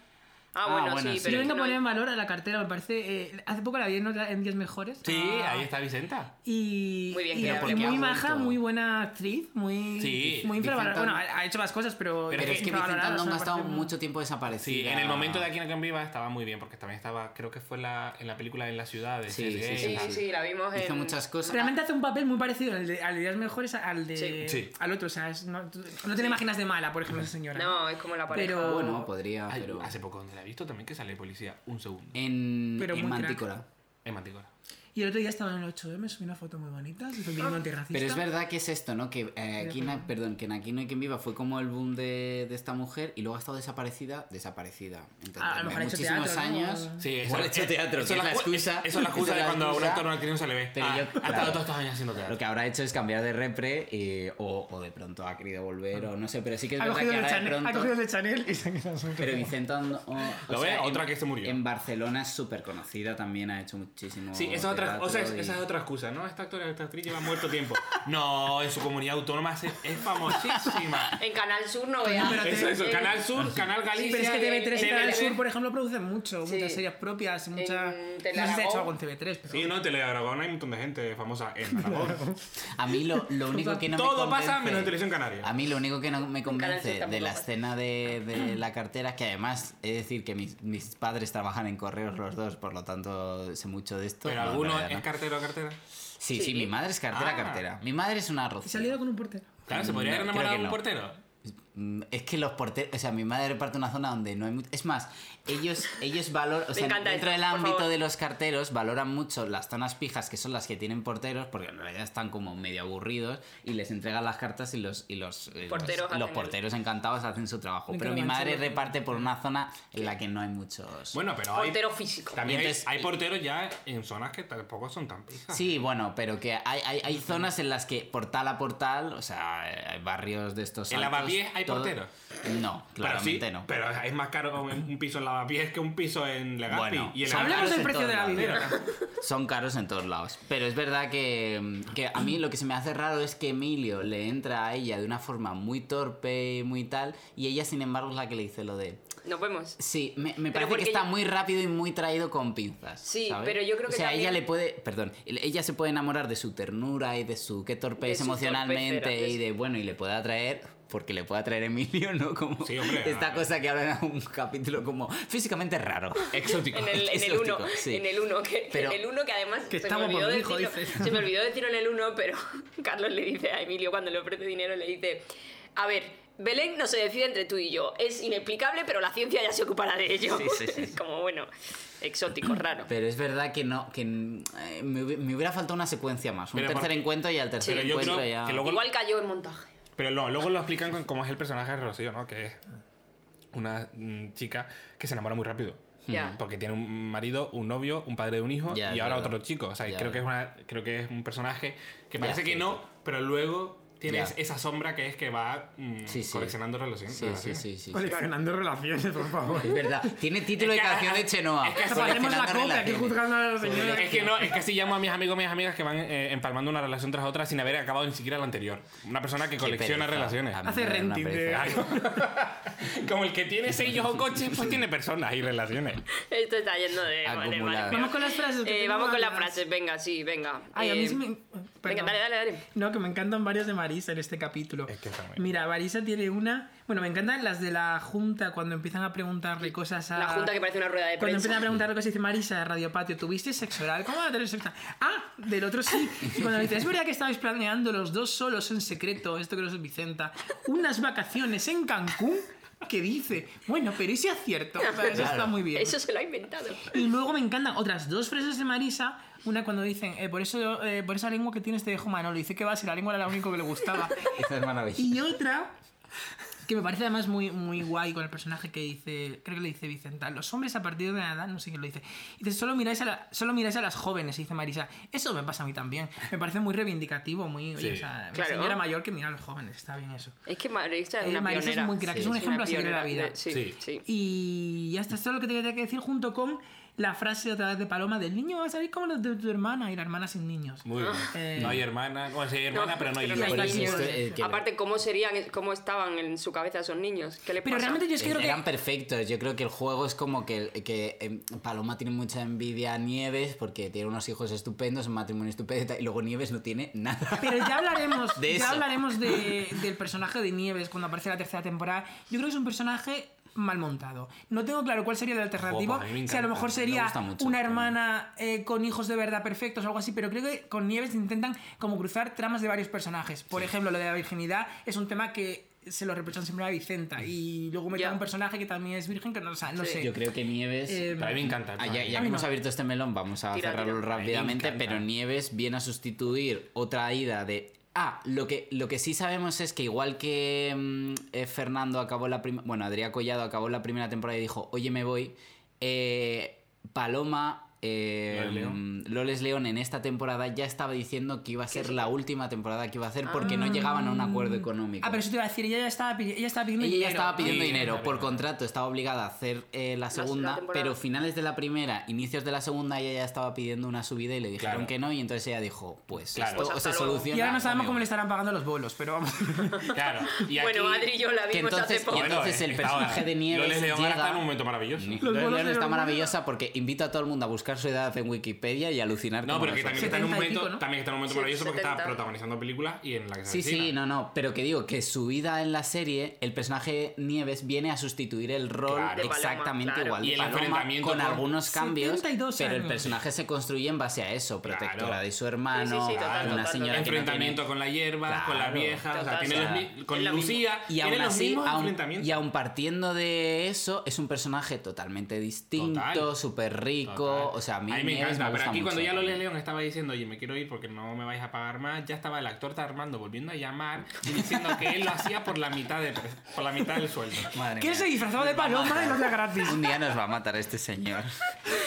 Speaker 3: Ah,
Speaker 1: Ah,
Speaker 3: bueno,
Speaker 1: bueno,
Speaker 3: sí,
Speaker 1: sí.
Speaker 5: Yo
Speaker 3: pero.
Speaker 5: vengo a
Speaker 3: no
Speaker 5: poner en
Speaker 3: hay-
Speaker 5: valor a la cartera, me parece. eh, hace poco la vi en otra- en 10 mejores.
Speaker 4: Sí,
Speaker 5: Ah.
Speaker 4: ahí está Vicenta.
Speaker 5: Y,
Speaker 3: Muy bien,
Speaker 5: y
Speaker 3: pero
Speaker 5: es
Speaker 1: porque ha
Speaker 5: muy maja,
Speaker 1: vuelto.
Speaker 5: muy buena actriz, muy,
Speaker 4: Sí,
Speaker 5: muy infravalorada.
Speaker 1: Bridgerton-
Speaker 5: Bueno, ha ha hecho más cosas, pero.
Speaker 1: Pero es que Vicenta
Speaker 5: infravalorada, o
Speaker 1: Ndong
Speaker 5: sea,
Speaker 1: ha estado
Speaker 5: parece-
Speaker 1: mucho tiempo desaparecida.
Speaker 4: Sí, ah. en el momento de Aquí no quien viva estaba muy bien, porque también estaba, creo que fue la, en la película En la ciudad de
Speaker 1: Sí,
Speaker 4: Seth
Speaker 1: sí,
Speaker 4: Gay.
Speaker 3: Sí,
Speaker 1: valor.
Speaker 3: sí, la vimos en.
Speaker 1: Hizo muchas cosas.
Speaker 5: Realmente hace un papel muy parecido al de, al de Días Mejores al de
Speaker 3: Sí.
Speaker 4: Sí.
Speaker 5: al otro, o sea, es- no, tú- no te la imaginas de mala, por ejemplo, esa señora.
Speaker 3: No, es como la pareja.
Speaker 1: Ah,
Speaker 5: Pero-
Speaker 1: bueno, podría,
Speaker 4: Ay,
Speaker 1: pero...
Speaker 4: Hace poco donde la he visto también que sale policía. Un segundo.
Speaker 1: En,
Speaker 5: Pero
Speaker 1: en
Speaker 5: muy crack.
Speaker 1: Mantícora.
Speaker 4: En Manticora.
Speaker 5: Y el otro día estaba en el 8M, subí una foto muy bonita, se fue antirracista.
Speaker 1: Pero es verdad que es esto, ¿no? Que eh, aquí, na- perdón, que en Aquí no hay quien viva fue como el boom de, de esta mujer y luego ha estado desaparecida, desaparecida. Entonces,
Speaker 5: Ah, A- a lo mejor ha hecho
Speaker 1: muchísimos
Speaker 5: teatro, ¿no?
Speaker 1: años.
Speaker 4: Sí, eso,
Speaker 1: Igual ha hecho
Speaker 4: eh,
Speaker 1: teatro, que
Speaker 4: eso
Speaker 1: es la
Speaker 4: ju-
Speaker 1: excusa.
Speaker 4: Eso es la excusa
Speaker 1: Eso es
Speaker 4: de
Speaker 1: la
Speaker 4: cuando a un
Speaker 1: excusa.
Speaker 4: actor o actriz no se le ve.
Speaker 1: Pero
Speaker 4: Ah,
Speaker 1: yo-
Speaker 4: ha estado
Speaker 1: claro.
Speaker 4: todos estos años haciendo teatro.
Speaker 1: Lo que habrá hecho es cambiar de repre eh, o, o de pronto ha querido volver o no sé, pero sí que es
Speaker 5: ha
Speaker 1: verdad
Speaker 5: cogido,
Speaker 1: que
Speaker 5: el
Speaker 1: ahora de
Speaker 5: Chanel, ha
Speaker 1: pronto...
Speaker 5: cogido el de Chanel y se ha quedado sin
Speaker 1: Pero
Speaker 5: ropa.
Speaker 1: Vicenta... Nd- o- o
Speaker 4: ¿Lo ves?
Speaker 1: sea, en-
Speaker 4: Otra que se murió.
Speaker 1: En Barcelona es súper conocida también, ha hecho muchísimo
Speaker 4: Sí, esa es otra,
Speaker 1: teatro
Speaker 4: o sea, es-
Speaker 1: y-
Speaker 4: esa es otra excusa, ¿no? Esta actora, esta actriz lleva muerto tiempo. No, en su comunidad autónoma se- es famosísima.
Speaker 3: En Canal Sur no Eh, veas.
Speaker 5: pero
Speaker 4: Eso, eso,
Speaker 3: En-
Speaker 4: Canal Sur, Canal
Speaker 5: Pero es
Speaker 4: Galicia.
Speaker 5: que TV3 y
Speaker 3: en-
Speaker 5: Canal
Speaker 3: en-
Speaker 5: Sur, por ejemplo, producen mucho,
Speaker 3: Sí.
Speaker 5: muchas series propias, muchas... No sé si ha
Speaker 3: Telaragón.
Speaker 5: hecho algo en TV3, pero...
Speaker 4: Sí, no, Teledragón, hay un montón de gente famosa en Aragón.
Speaker 1: A mí lo, lo único que no me
Speaker 4: Todo pasa
Speaker 1: convence-
Speaker 4: menos en Televisión Canaria.
Speaker 1: A mí lo único que no me
Speaker 3: Canal Sur
Speaker 1: convence
Speaker 3: tampoco
Speaker 1: de la
Speaker 3: pasa.
Speaker 1: escena de, de la cartera es que además, es decir, que mis, mis padres trabajan en correos los dos, por lo tanto sé mucho de esto.
Speaker 4: Pero
Speaker 1: No, en
Speaker 4: alguno
Speaker 1: realidad
Speaker 4: es
Speaker 1: no.
Speaker 4: cartero o cartera.
Speaker 1: Sí, sí, mi madre es cartera,
Speaker 4: Ah.
Speaker 1: cartera. Mi madre es una arroz.
Speaker 5: Y se ha liado con un portero.
Speaker 4: Claro, se podría
Speaker 1: No,
Speaker 4: haber
Speaker 1: creo
Speaker 4: enamorado
Speaker 1: que
Speaker 4: de un
Speaker 1: no.
Speaker 4: portero.
Speaker 1: Mm, Es que los porteros, o sea, mi madre parte de una zona donde no hay mucho. Es más, ellos, ellos valoran, o sea,
Speaker 3: encanta
Speaker 1: dentro
Speaker 3: esto,
Speaker 1: del
Speaker 3: por
Speaker 1: ámbito
Speaker 3: favor.
Speaker 1: de los carteros, valoran mucho las zonas fijas, que son las que tienen porteros, porque en realidad están como medio aburridos y les entregan las cartas y los, y los, y los- los,
Speaker 3: Porteros hacen el-
Speaker 1: porteros encantados hacen su trabajo.
Speaker 5: Me
Speaker 1: Pero mi
Speaker 5: encanta,
Speaker 1: madre
Speaker 5: chulo.
Speaker 1: reparte por una zona en la que no hay muchos.
Speaker 4: Bueno, pero hay,
Speaker 3: Portero físico.
Speaker 4: también hay-
Speaker 1: Entonces-
Speaker 4: hay, porteros ya en zonas que tampoco son tan fijas.
Speaker 1: Sí, bueno, pero que hay, hay, hay zonas en las que portal a portal, o sea, hay barrios de estos.
Speaker 4: ¿En
Speaker 1: altos,
Speaker 4: Lavapiés hay
Speaker 1: todo-
Speaker 4: porteros?
Speaker 1: No,
Speaker 4: Pero sí,
Speaker 1: claramente no.
Speaker 4: Pero es más caro un un piso en Lavapiés que un piso en Legazpi.
Speaker 1: Bueno,
Speaker 4: y en
Speaker 1: son
Speaker 5: Hablemos
Speaker 1: caros
Speaker 5: del
Speaker 1: en
Speaker 5: precio
Speaker 1: todos
Speaker 5: de la
Speaker 1: lados.
Speaker 5: vivienda.
Speaker 1: Son caros en todos lados. Pero es verdad que, que a mí lo que se me hace raro es que Emilio le entra a ella de una forma muy torpe y muy tal. Y ella, sin embargo, es la que le dice lo de.
Speaker 3: Nos vemos.
Speaker 1: Sí, me, me
Speaker 3: Pero
Speaker 1: parece que
Speaker 3: porque
Speaker 1: está
Speaker 3: yo-
Speaker 1: muy rápido y muy traído con pinzas.
Speaker 3: Sí,
Speaker 1: ¿sabes?
Speaker 3: pero yo creo que
Speaker 1: O sea, ella
Speaker 3: también-
Speaker 1: le puede. Perdón, ella se puede enamorar de su ternura y de su qué torpe
Speaker 3: De
Speaker 1: es
Speaker 3: su
Speaker 1: emocionalmente
Speaker 3: torpecera, de
Speaker 1: y
Speaker 3: su-
Speaker 1: de bueno, y le puede atraer. Porque le puede atraer Emilio, ¿no? Como
Speaker 4: Sí, hombre,
Speaker 1: esta
Speaker 4: ah.
Speaker 1: cosa que habla en un capítulo como físicamente raro.
Speaker 4: Exótico.
Speaker 3: En el, en el
Speaker 1: Exótico,
Speaker 3: uno,
Speaker 1: sí.
Speaker 3: en el uno, que,
Speaker 1: Pero-
Speaker 3: en el uno que además
Speaker 5: Que
Speaker 3: se, me
Speaker 5: estamos por
Speaker 3: olvidó
Speaker 5: mi hijo,
Speaker 3: decirlo,
Speaker 5: dice.
Speaker 3: se me olvidó decirlo en el uno, pero Carlos le dice a Emilio cuando le ofrece dinero, le dice, a ver, Belén no se decide entre tú y yo, es inexplicable, pero la ciencia ya se ocupará de ello.
Speaker 1: Sí, sí, sí.
Speaker 3: Es como, bueno, exótico, raro.
Speaker 1: Pero es verdad que no, que eh, me, hubi- me hubiera faltado una secuencia más. Un
Speaker 4: Pero
Speaker 1: tercer
Speaker 4: por-
Speaker 1: encuentro y al tercer
Speaker 4: Pero yo
Speaker 1: encuentro
Speaker 4: creo
Speaker 1: ya.
Speaker 4: que luego-
Speaker 3: Igual cayó en montaje.
Speaker 4: Pero no, luego lo explican con cómo es el personaje de Rocío, ¿no? Que es una mm, chica que se enamora muy rápido. Mm.
Speaker 3: Ya.
Speaker 4: Porque tiene un marido, un novio, un padre de un hijo
Speaker 1: Ya,
Speaker 4: y
Speaker 1: es
Speaker 4: ahora
Speaker 1: verdad.
Speaker 4: otro chico. O sea,
Speaker 1: Ya,
Speaker 4: creo que, es una, creo que es un personaje que
Speaker 1: Ya,
Speaker 4: parece que
Speaker 1: sí,
Speaker 4: no, pero luego tienes
Speaker 1: Ya.
Speaker 4: esa sombra que es que va mm,
Speaker 1: Sí, sí.
Speaker 4: coleccionando relaciones.
Speaker 1: Sí, sí, sí, sí.
Speaker 5: Coleccionando relaciones, por favor.
Speaker 1: Es verdad. Tiene título de
Speaker 4: Es que-
Speaker 1: canción de Chenoa.
Speaker 4: es que
Speaker 5: Paremos la
Speaker 1: Coleccionando
Speaker 5: copa, aquí
Speaker 1: relaciones.
Speaker 5: juzgando a la señora.
Speaker 4: Es que no, es que así llamo a mis amigos y mis amigas que van eh, empalmando una relación tras otra sin haber acabado ni siquiera la anterior. Una persona que
Speaker 1: Qué
Speaker 4: colecciona
Speaker 1: pereza.
Speaker 4: relaciones.
Speaker 1: A mí
Speaker 5: Hace
Speaker 1: me da una
Speaker 5: renting de-
Speaker 1: pereza.
Speaker 4: Como el que tiene sellos o coches, pues tiene personas y relaciones.
Speaker 3: Esto está yendo de... Vale,
Speaker 1: Acumulado.
Speaker 3: vale.
Speaker 5: Vamos con las frases. que
Speaker 3: Eh,
Speaker 5: tengo
Speaker 3: vamos con las
Speaker 5: varias.
Speaker 3: frases, venga, sí, venga.
Speaker 5: Ay, a mí
Speaker 3: Eh,
Speaker 5: sí me...
Speaker 3: Venga,
Speaker 5: perdón.
Speaker 3: dale, dale, dale.
Speaker 5: No, que me encantan varias de Marisa en este capítulo.
Speaker 4: Es que está muy bien.
Speaker 5: Mira, Marisa tiene una... Bueno, me encantan las de la Junta cuando empiezan a preguntarle cosas a...
Speaker 3: La junta que parece una rueda de
Speaker 5: Ah, Cuando empiezan a
Speaker 3: prensa.
Speaker 5: preguntarle cosas, dice Marisa de Radio Patio, ¿tuviste sexo oral? ¿Cómo va a tener sexo oral? Ah, del otro sí. Y cuando le dice, es verdad que estabais planeando los dos solos en secreto, esto que lo es Vicenta, unas vacaciones en Cancún, que dice, bueno, pero ese acierto. O sea, eso está muy bien.
Speaker 3: Eso se lo ha inventado.
Speaker 5: Y luego me encantan otras dos frases de Marisa. Una cuando dicen, eh, por, eso, eh, por esa lengua que tienes te dejo Manolo. Y dice que va, si la lengua era la única que le gustaba.
Speaker 1: Esa es maravillosa.
Speaker 5: Y otra que me parece además muy, muy guay con el personaje que dice, creo que le dice Vicenta, los hombres a partir de la edad, no sé quién lo dice, dice, solo miráis a, la- solo miráis a las jóvenes, dice Marisa, eso me pasa a mí también, me parece muy reivindicativo, muy, oye,
Speaker 4: Sí.
Speaker 5: o sea, una
Speaker 3: Claro.
Speaker 5: señora mayor que mira a los jóvenes, está bien eso.
Speaker 3: Es que Marisa es
Speaker 5: Eh,
Speaker 3: una
Speaker 5: Marisa es
Speaker 3: pionera.
Speaker 5: muy crack, es un
Speaker 3: una
Speaker 5: ejemplo a seguir en la
Speaker 3: pionera
Speaker 5: vida.
Speaker 3: de- Sí,
Speaker 4: Sí.
Speaker 3: sí.
Speaker 5: Y ya está, esto es lo que tenía que decir junto con la frase otra vez de Paloma del niño va a salir como los de tu hermana y la hermana sin niños.
Speaker 6: Muy bien.
Speaker 5: Eh,
Speaker 6: No hay hermana. Bueno, sí hay hermana, pero no hay
Speaker 3: no
Speaker 6: hijos.
Speaker 1: hay
Speaker 3: niños.
Speaker 1: Esto, eh, que-
Speaker 3: Aparte, ¿cómo serían, cómo estaban en su cabeza esos niños? ¿Qué les
Speaker 5: Pero
Speaker 3: pasa?
Speaker 5: realmente yo es que creo que...
Speaker 1: Eran perfectos. Yo creo que el juego es como que, que em, Paloma tiene mucha envidia a Nieves porque tiene unos hijos estupendos, un matrimonio estupendo y tal, y luego Nieves no tiene nada.
Speaker 5: Pero ya hablaremos,
Speaker 1: De
Speaker 5: ya
Speaker 1: eso.
Speaker 5: hablaremos de- del personaje de Nieves cuando aparece la tercera temporada. Yo creo que es un personaje mal montado. No tengo claro cuál sería el alternativo.
Speaker 6: Joder, a mí me
Speaker 5: si a lo
Speaker 6: encanta,
Speaker 5: mejor
Speaker 6: me
Speaker 5: sería
Speaker 1: gusta mucho.
Speaker 5: una hermana eh, con hijos de verdad perfectos o algo así, pero creo que con Nieves intentan como cruzar tramas de varios personajes. Por ejemplo, lo de la virginidad es un tema que se lo reprochan siempre a Vicenta y luego meten
Speaker 3: Ya.
Speaker 5: a un personaje que también es virgen que no, o sea, no
Speaker 3: Sí.
Speaker 5: sé.
Speaker 1: Yo creo que Nieves.
Speaker 5: Eh,
Speaker 6: Pero a mí me encanta.
Speaker 1: Ah, ya, ya
Speaker 5: A
Speaker 1: que
Speaker 5: mí
Speaker 1: hemos
Speaker 5: no.
Speaker 1: abierto este melón, vamos a
Speaker 3: Tira,
Speaker 1: cerrarlo
Speaker 3: tira.
Speaker 1: rápidamente,
Speaker 6: Ay, me encanta.
Speaker 1: pero Nieves viene a sustituir otra ida de... Ah, lo que, lo que sí sabemos es que igual que mm, eh, Fernando acabó la primera... Bueno, Adrián Collado acabó la primera temporada y dijo, oye, me voy. eh, Paloma... eh,
Speaker 6: Loles León.
Speaker 1: mm, Loles León en esta temporada ya estaba diciendo que iba a ser la última temporada que iba a hacer porque no llegaban a un acuerdo económico.
Speaker 5: Ah, pero eso te iba a decir, ella ya estaba, pidi- ella estaba pidiendo
Speaker 1: Ella ya
Speaker 5: dinero.
Speaker 1: estaba pidiendo
Speaker 6: Sí,
Speaker 1: dinero
Speaker 6: claro.
Speaker 1: por contrato, estaba obligada a hacer eh, la
Speaker 3: la
Speaker 1: segunda,
Speaker 3: temporada.
Speaker 1: pero finales de la primera, inicios de la segunda, ella ya estaba pidiendo una subida y le dijeron
Speaker 6: Claro.
Speaker 1: que no, y entonces ella dijo, pues
Speaker 6: Claro.
Speaker 1: esto
Speaker 6: Pues
Speaker 3: hasta
Speaker 1: se
Speaker 3: luego.
Speaker 1: soluciona.
Speaker 5: Y ahora no sabemos
Speaker 1: amigo.
Speaker 5: cómo le estarán pagando los bolos, pero vamos.
Speaker 6: Claro. Y aquí...
Speaker 3: Bueno, Adri y yo la
Speaker 1: Que
Speaker 3: vimos
Speaker 1: entonces-
Speaker 3: hace poco.
Speaker 1: y entonces el personaje de Nieves
Speaker 6: Loles León ahora
Speaker 1: llega-
Speaker 6: está en un momento maravilloso.
Speaker 1: Ni-
Speaker 5: bolos
Speaker 1: León
Speaker 5: de
Speaker 1: está
Speaker 5: León.
Speaker 1: maravillosa porque invita a todo el mundo a buscar su edad en Wikipedia y a alucinar
Speaker 6: No,
Speaker 1: como
Speaker 6: pero que
Speaker 1: nosotros.
Speaker 6: también está en un
Speaker 5: 70 y
Speaker 6: momento,
Speaker 5: pico, ¿no?
Speaker 6: también está en un momento
Speaker 3: Sí,
Speaker 6: maravilloso porque está
Speaker 3: 70.
Speaker 6: protagonizando películas y en la que se
Speaker 1: Sí, sí,
Speaker 6: avecina.
Speaker 1: no, no, pero que digo que su vida en la serie, el personaje Nieves viene a sustituir el rol
Speaker 6: Claro. De
Speaker 3: Paloma,
Speaker 1: exactamente
Speaker 3: claro.
Speaker 1: igual de
Speaker 6: Y el
Speaker 1: Paloma,
Speaker 6: enfrentamiento
Speaker 1: con
Speaker 6: con-
Speaker 1: algunos cambios,
Speaker 5: 72
Speaker 1: pero el
Speaker 5: años.
Speaker 1: personaje se construye en base a eso, protectora
Speaker 6: Claro.
Speaker 1: de su hermano,
Speaker 3: Sí, sí, sí, total,
Speaker 1: una
Speaker 3: total,
Speaker 1: señora
Speaker 3: total.
Speaker 1: que no
Speaker 6: Enfrentamiento
Speaker 1: tiene-
Speaker 6: con la hierba, con la
Speaker 1: Claro.
Speaker 6: vieja, o sea,
Speaker 3: Total,
Speaker 6: tiene
Speaker 1: o sea,
Speaker 6: los mi- con
Speaker 3: es la misma.
Speaker 6: Lucía,
Speaker 1: y aún
Speaker 6: tiene los
Speaker 1: así,
Speaker 6: mismos
Speaker 1: aun,
Speaker 6: enfrentamientos.
Speaker 1: y aun partiendo de eso, es un personaje totalmente distinto,
Speaker 6: Total.
Speaker 1: súper rico,
Speaker 6: Total.
Speaker 1: o sea, a mí,
Speaker 6: mí me
Speaker 1: Nieves
Speaker 6: encanta, pero
Speaker 1: gusta
Speaker 6: aquí cuando
Speaker 1: mucho.
Speaker 6: ya Loles León estaba diciendo, oye, me quiero ir porque no me vais a pagar más, ya estaba el actor Armando volviendo a llamar y diciendo que él lo hacía por la mitad, de, por la mitad del sueldo.
Speaker 1: Madre
Speaker 5: ¿Quién
Speaker 1: mía.
Speaker 5: se disfrazaba de paloma y no era gratis?
Speaker 1: Un día nos va a matar este señor.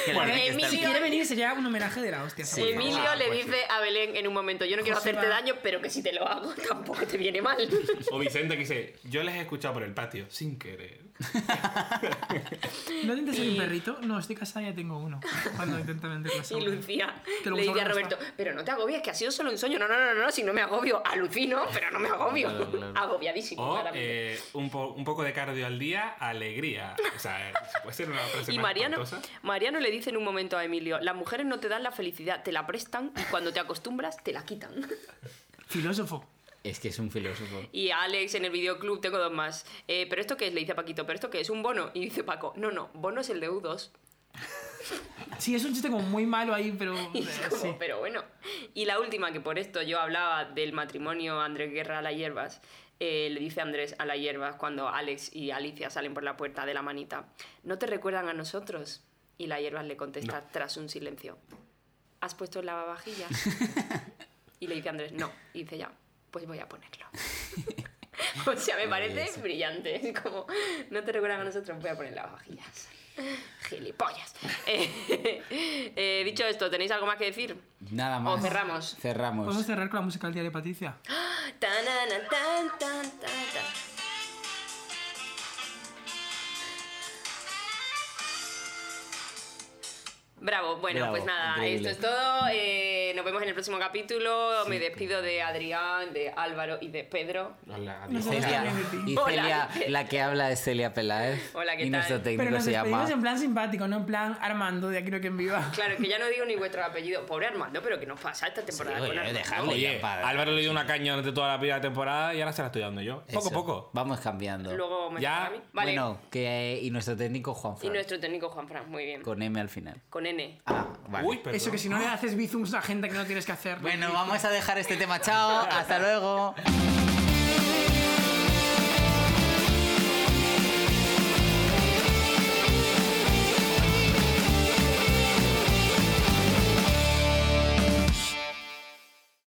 Speaker 1: Que le
Speaker 6: Bueno,
Speaker 1: tiene que
Speaker 3: Emilio-
Speaker 1: estar-
Speaker 5: Si quiere venir sería un homenaje de la hostia.
Speaker 1: Sí.
Speaker 5: por favor.
Speaker 3: Emilio
Speaker 6: Ah,
Speaker 3: le
Speaker 6: pues sí.
Speaker 3: dice a Belén en un momento, yo no quiero
Speaker 5: Joseba.
Speaker 3: hacerte daño, pero que si te lo hago tampoco te viene mal.
Speaker 6: O Vicente que dice, yo les he escuchado por el patio, sin querer.
Speaker 5: ¿No intentas ser un perrito? No, estoy casada y ya tengo uno. Cuando intenta vender las
Speaker 3: Y
Speaker 5: obras.
Speaker 3: Lucía
Speaker 5: Te lo
Speaker 3: le
Speaker 5: gusta,
Speaker 3: dice a
Speaker 5: te lo
Speaker 3: Roberto, pero no te agobies, que ha sido solo un sueño. No, no, no, no, no, si no me agobio. Alucino, pero no me agobio.
Speaker 1: Claro, claro. Oh,
Speaker 3: Agobiadísimo,
Speaker 6: O
Speaker 3: claramente.
Speaker 6: eh, un, po- un poco de cardio al día, alegría. O sea, eh, puede ser una frase
Speaker 3: Y
Speaker 6: más
Speaker 3: Mariano,
Speaker 6: espantosa.
Speaker 3: Mariano le dice en un momento a Emilio, las mujeres no te dan la felicidad, te la prestan y cuando te acostumbras te la quitan.
Speaker 5: Filósofo.
Speaker 1: Es que es un filósofo.
Speaker 3: Y a Alex en el videoclub, tengo dos más. "Eh, ¿Pero esto qué es? Le dice a Paquito, ¿pero esto qué es? ¿Un bono? Y dice Paco, no, no, bono es el de U2.
Speaker 5: Sí, es un chiste como muy malo ahí, pero...
Speaker 3: Y
Speaker 5: eh,
Speaker 3: es como,
Speaker 5: sí.
Speaker 3: pero bueno. Y la última, que por esto yo hablaba del matrimonio Andrés Guerra a las hierbas, eh, le dice Andrés a las hierbas cuando Alex y Alicia salen por la puerta de la manita, ¿no te recuerdan a nosotros? Y la hierbas le contesta tras un silencio, ¿has puesto el lavavajillas? y le dice Andrés, no. Y dice ya, pues voy a ponerlo. o sea, me parece brillante. Es como, no te recuerdan a nosotros, voy a poner lavavajillas. Gilipollas. Eh, eh, dicho esto, ¿tenéis algo más que decir?
Speaker 1: Nada más.
Speaker 3: O cerramos.
Speaker 1: Cerramos.
Speaker 5: ¿Podemos cerrar con la música del diario de Patricia?
Speaker 3: Tanana, tan, tan, tan, tan. Bravo, bueno,
Speaker 1: Bravo,
Speaker 3: pues nada,
Speaker 1: increíble.
Speaker 3: esto es todo. eh, nos vemos en el próximo capítulo. Me despido de Adrián, de Álvaro y de Pedro.
Speaker 6: Hola,
Speaker 5: No
Speaker 6: adiós.
Speaker 5: sé.
Speaker 1: Celia, y Celia,
Speaker 3: Hola.
Speaker 1: la que habla es Celia Peláez.
Speaker 3: Hola, ¿qué
Speaker 1: y
Speaker 3: tal?
Speaker 1: nuestro técnico
Speaker 5: Pero nos
Speaker 1: se llama.
Speaker 5: despedimos en plan simpático, no en plan Armando, de aquí no quien viva.
Speaker 3: Claro, que ya no digo ni vuestro apellido. Pobre Armando, pero ¿qué nos pasa esta temporada?
Speaker 1: Sí,
Speaker 3: con
Speaker 1: oye,
Speaker 3: Armando?
Speaker 1: dejadle.
Speaker 6: Oye,
Speaker 1: padre.
Speaker 6: Álvaro le dio una caña durante toda la primera temporada y ahora se la estoy dando yo. Poco a
Speaker 1: Eso.
Speaker 6: poco.
Speaker 1: Vamos cambiando.
Speaker 3: Luego me
Speaker 6: Ya,
Speaker 3: toca a mí. Vale.
Speaker 1: Bueno, que, y nuestro técnico Juan
Speaker 3: y nuestro técnico Juan Fran, muy bien. Con,
Speaker 1: Con M al final.
Speaker 3: N.
Speaker 1: Ah, vale.
Speaker 6: Uy, perdón.
Speaker 5: Eso que si no le haces bizums a gente que no tienes que hacer.
Speaker 1: Bueno, vamos a dejar este tema. Chao. Hasta luego.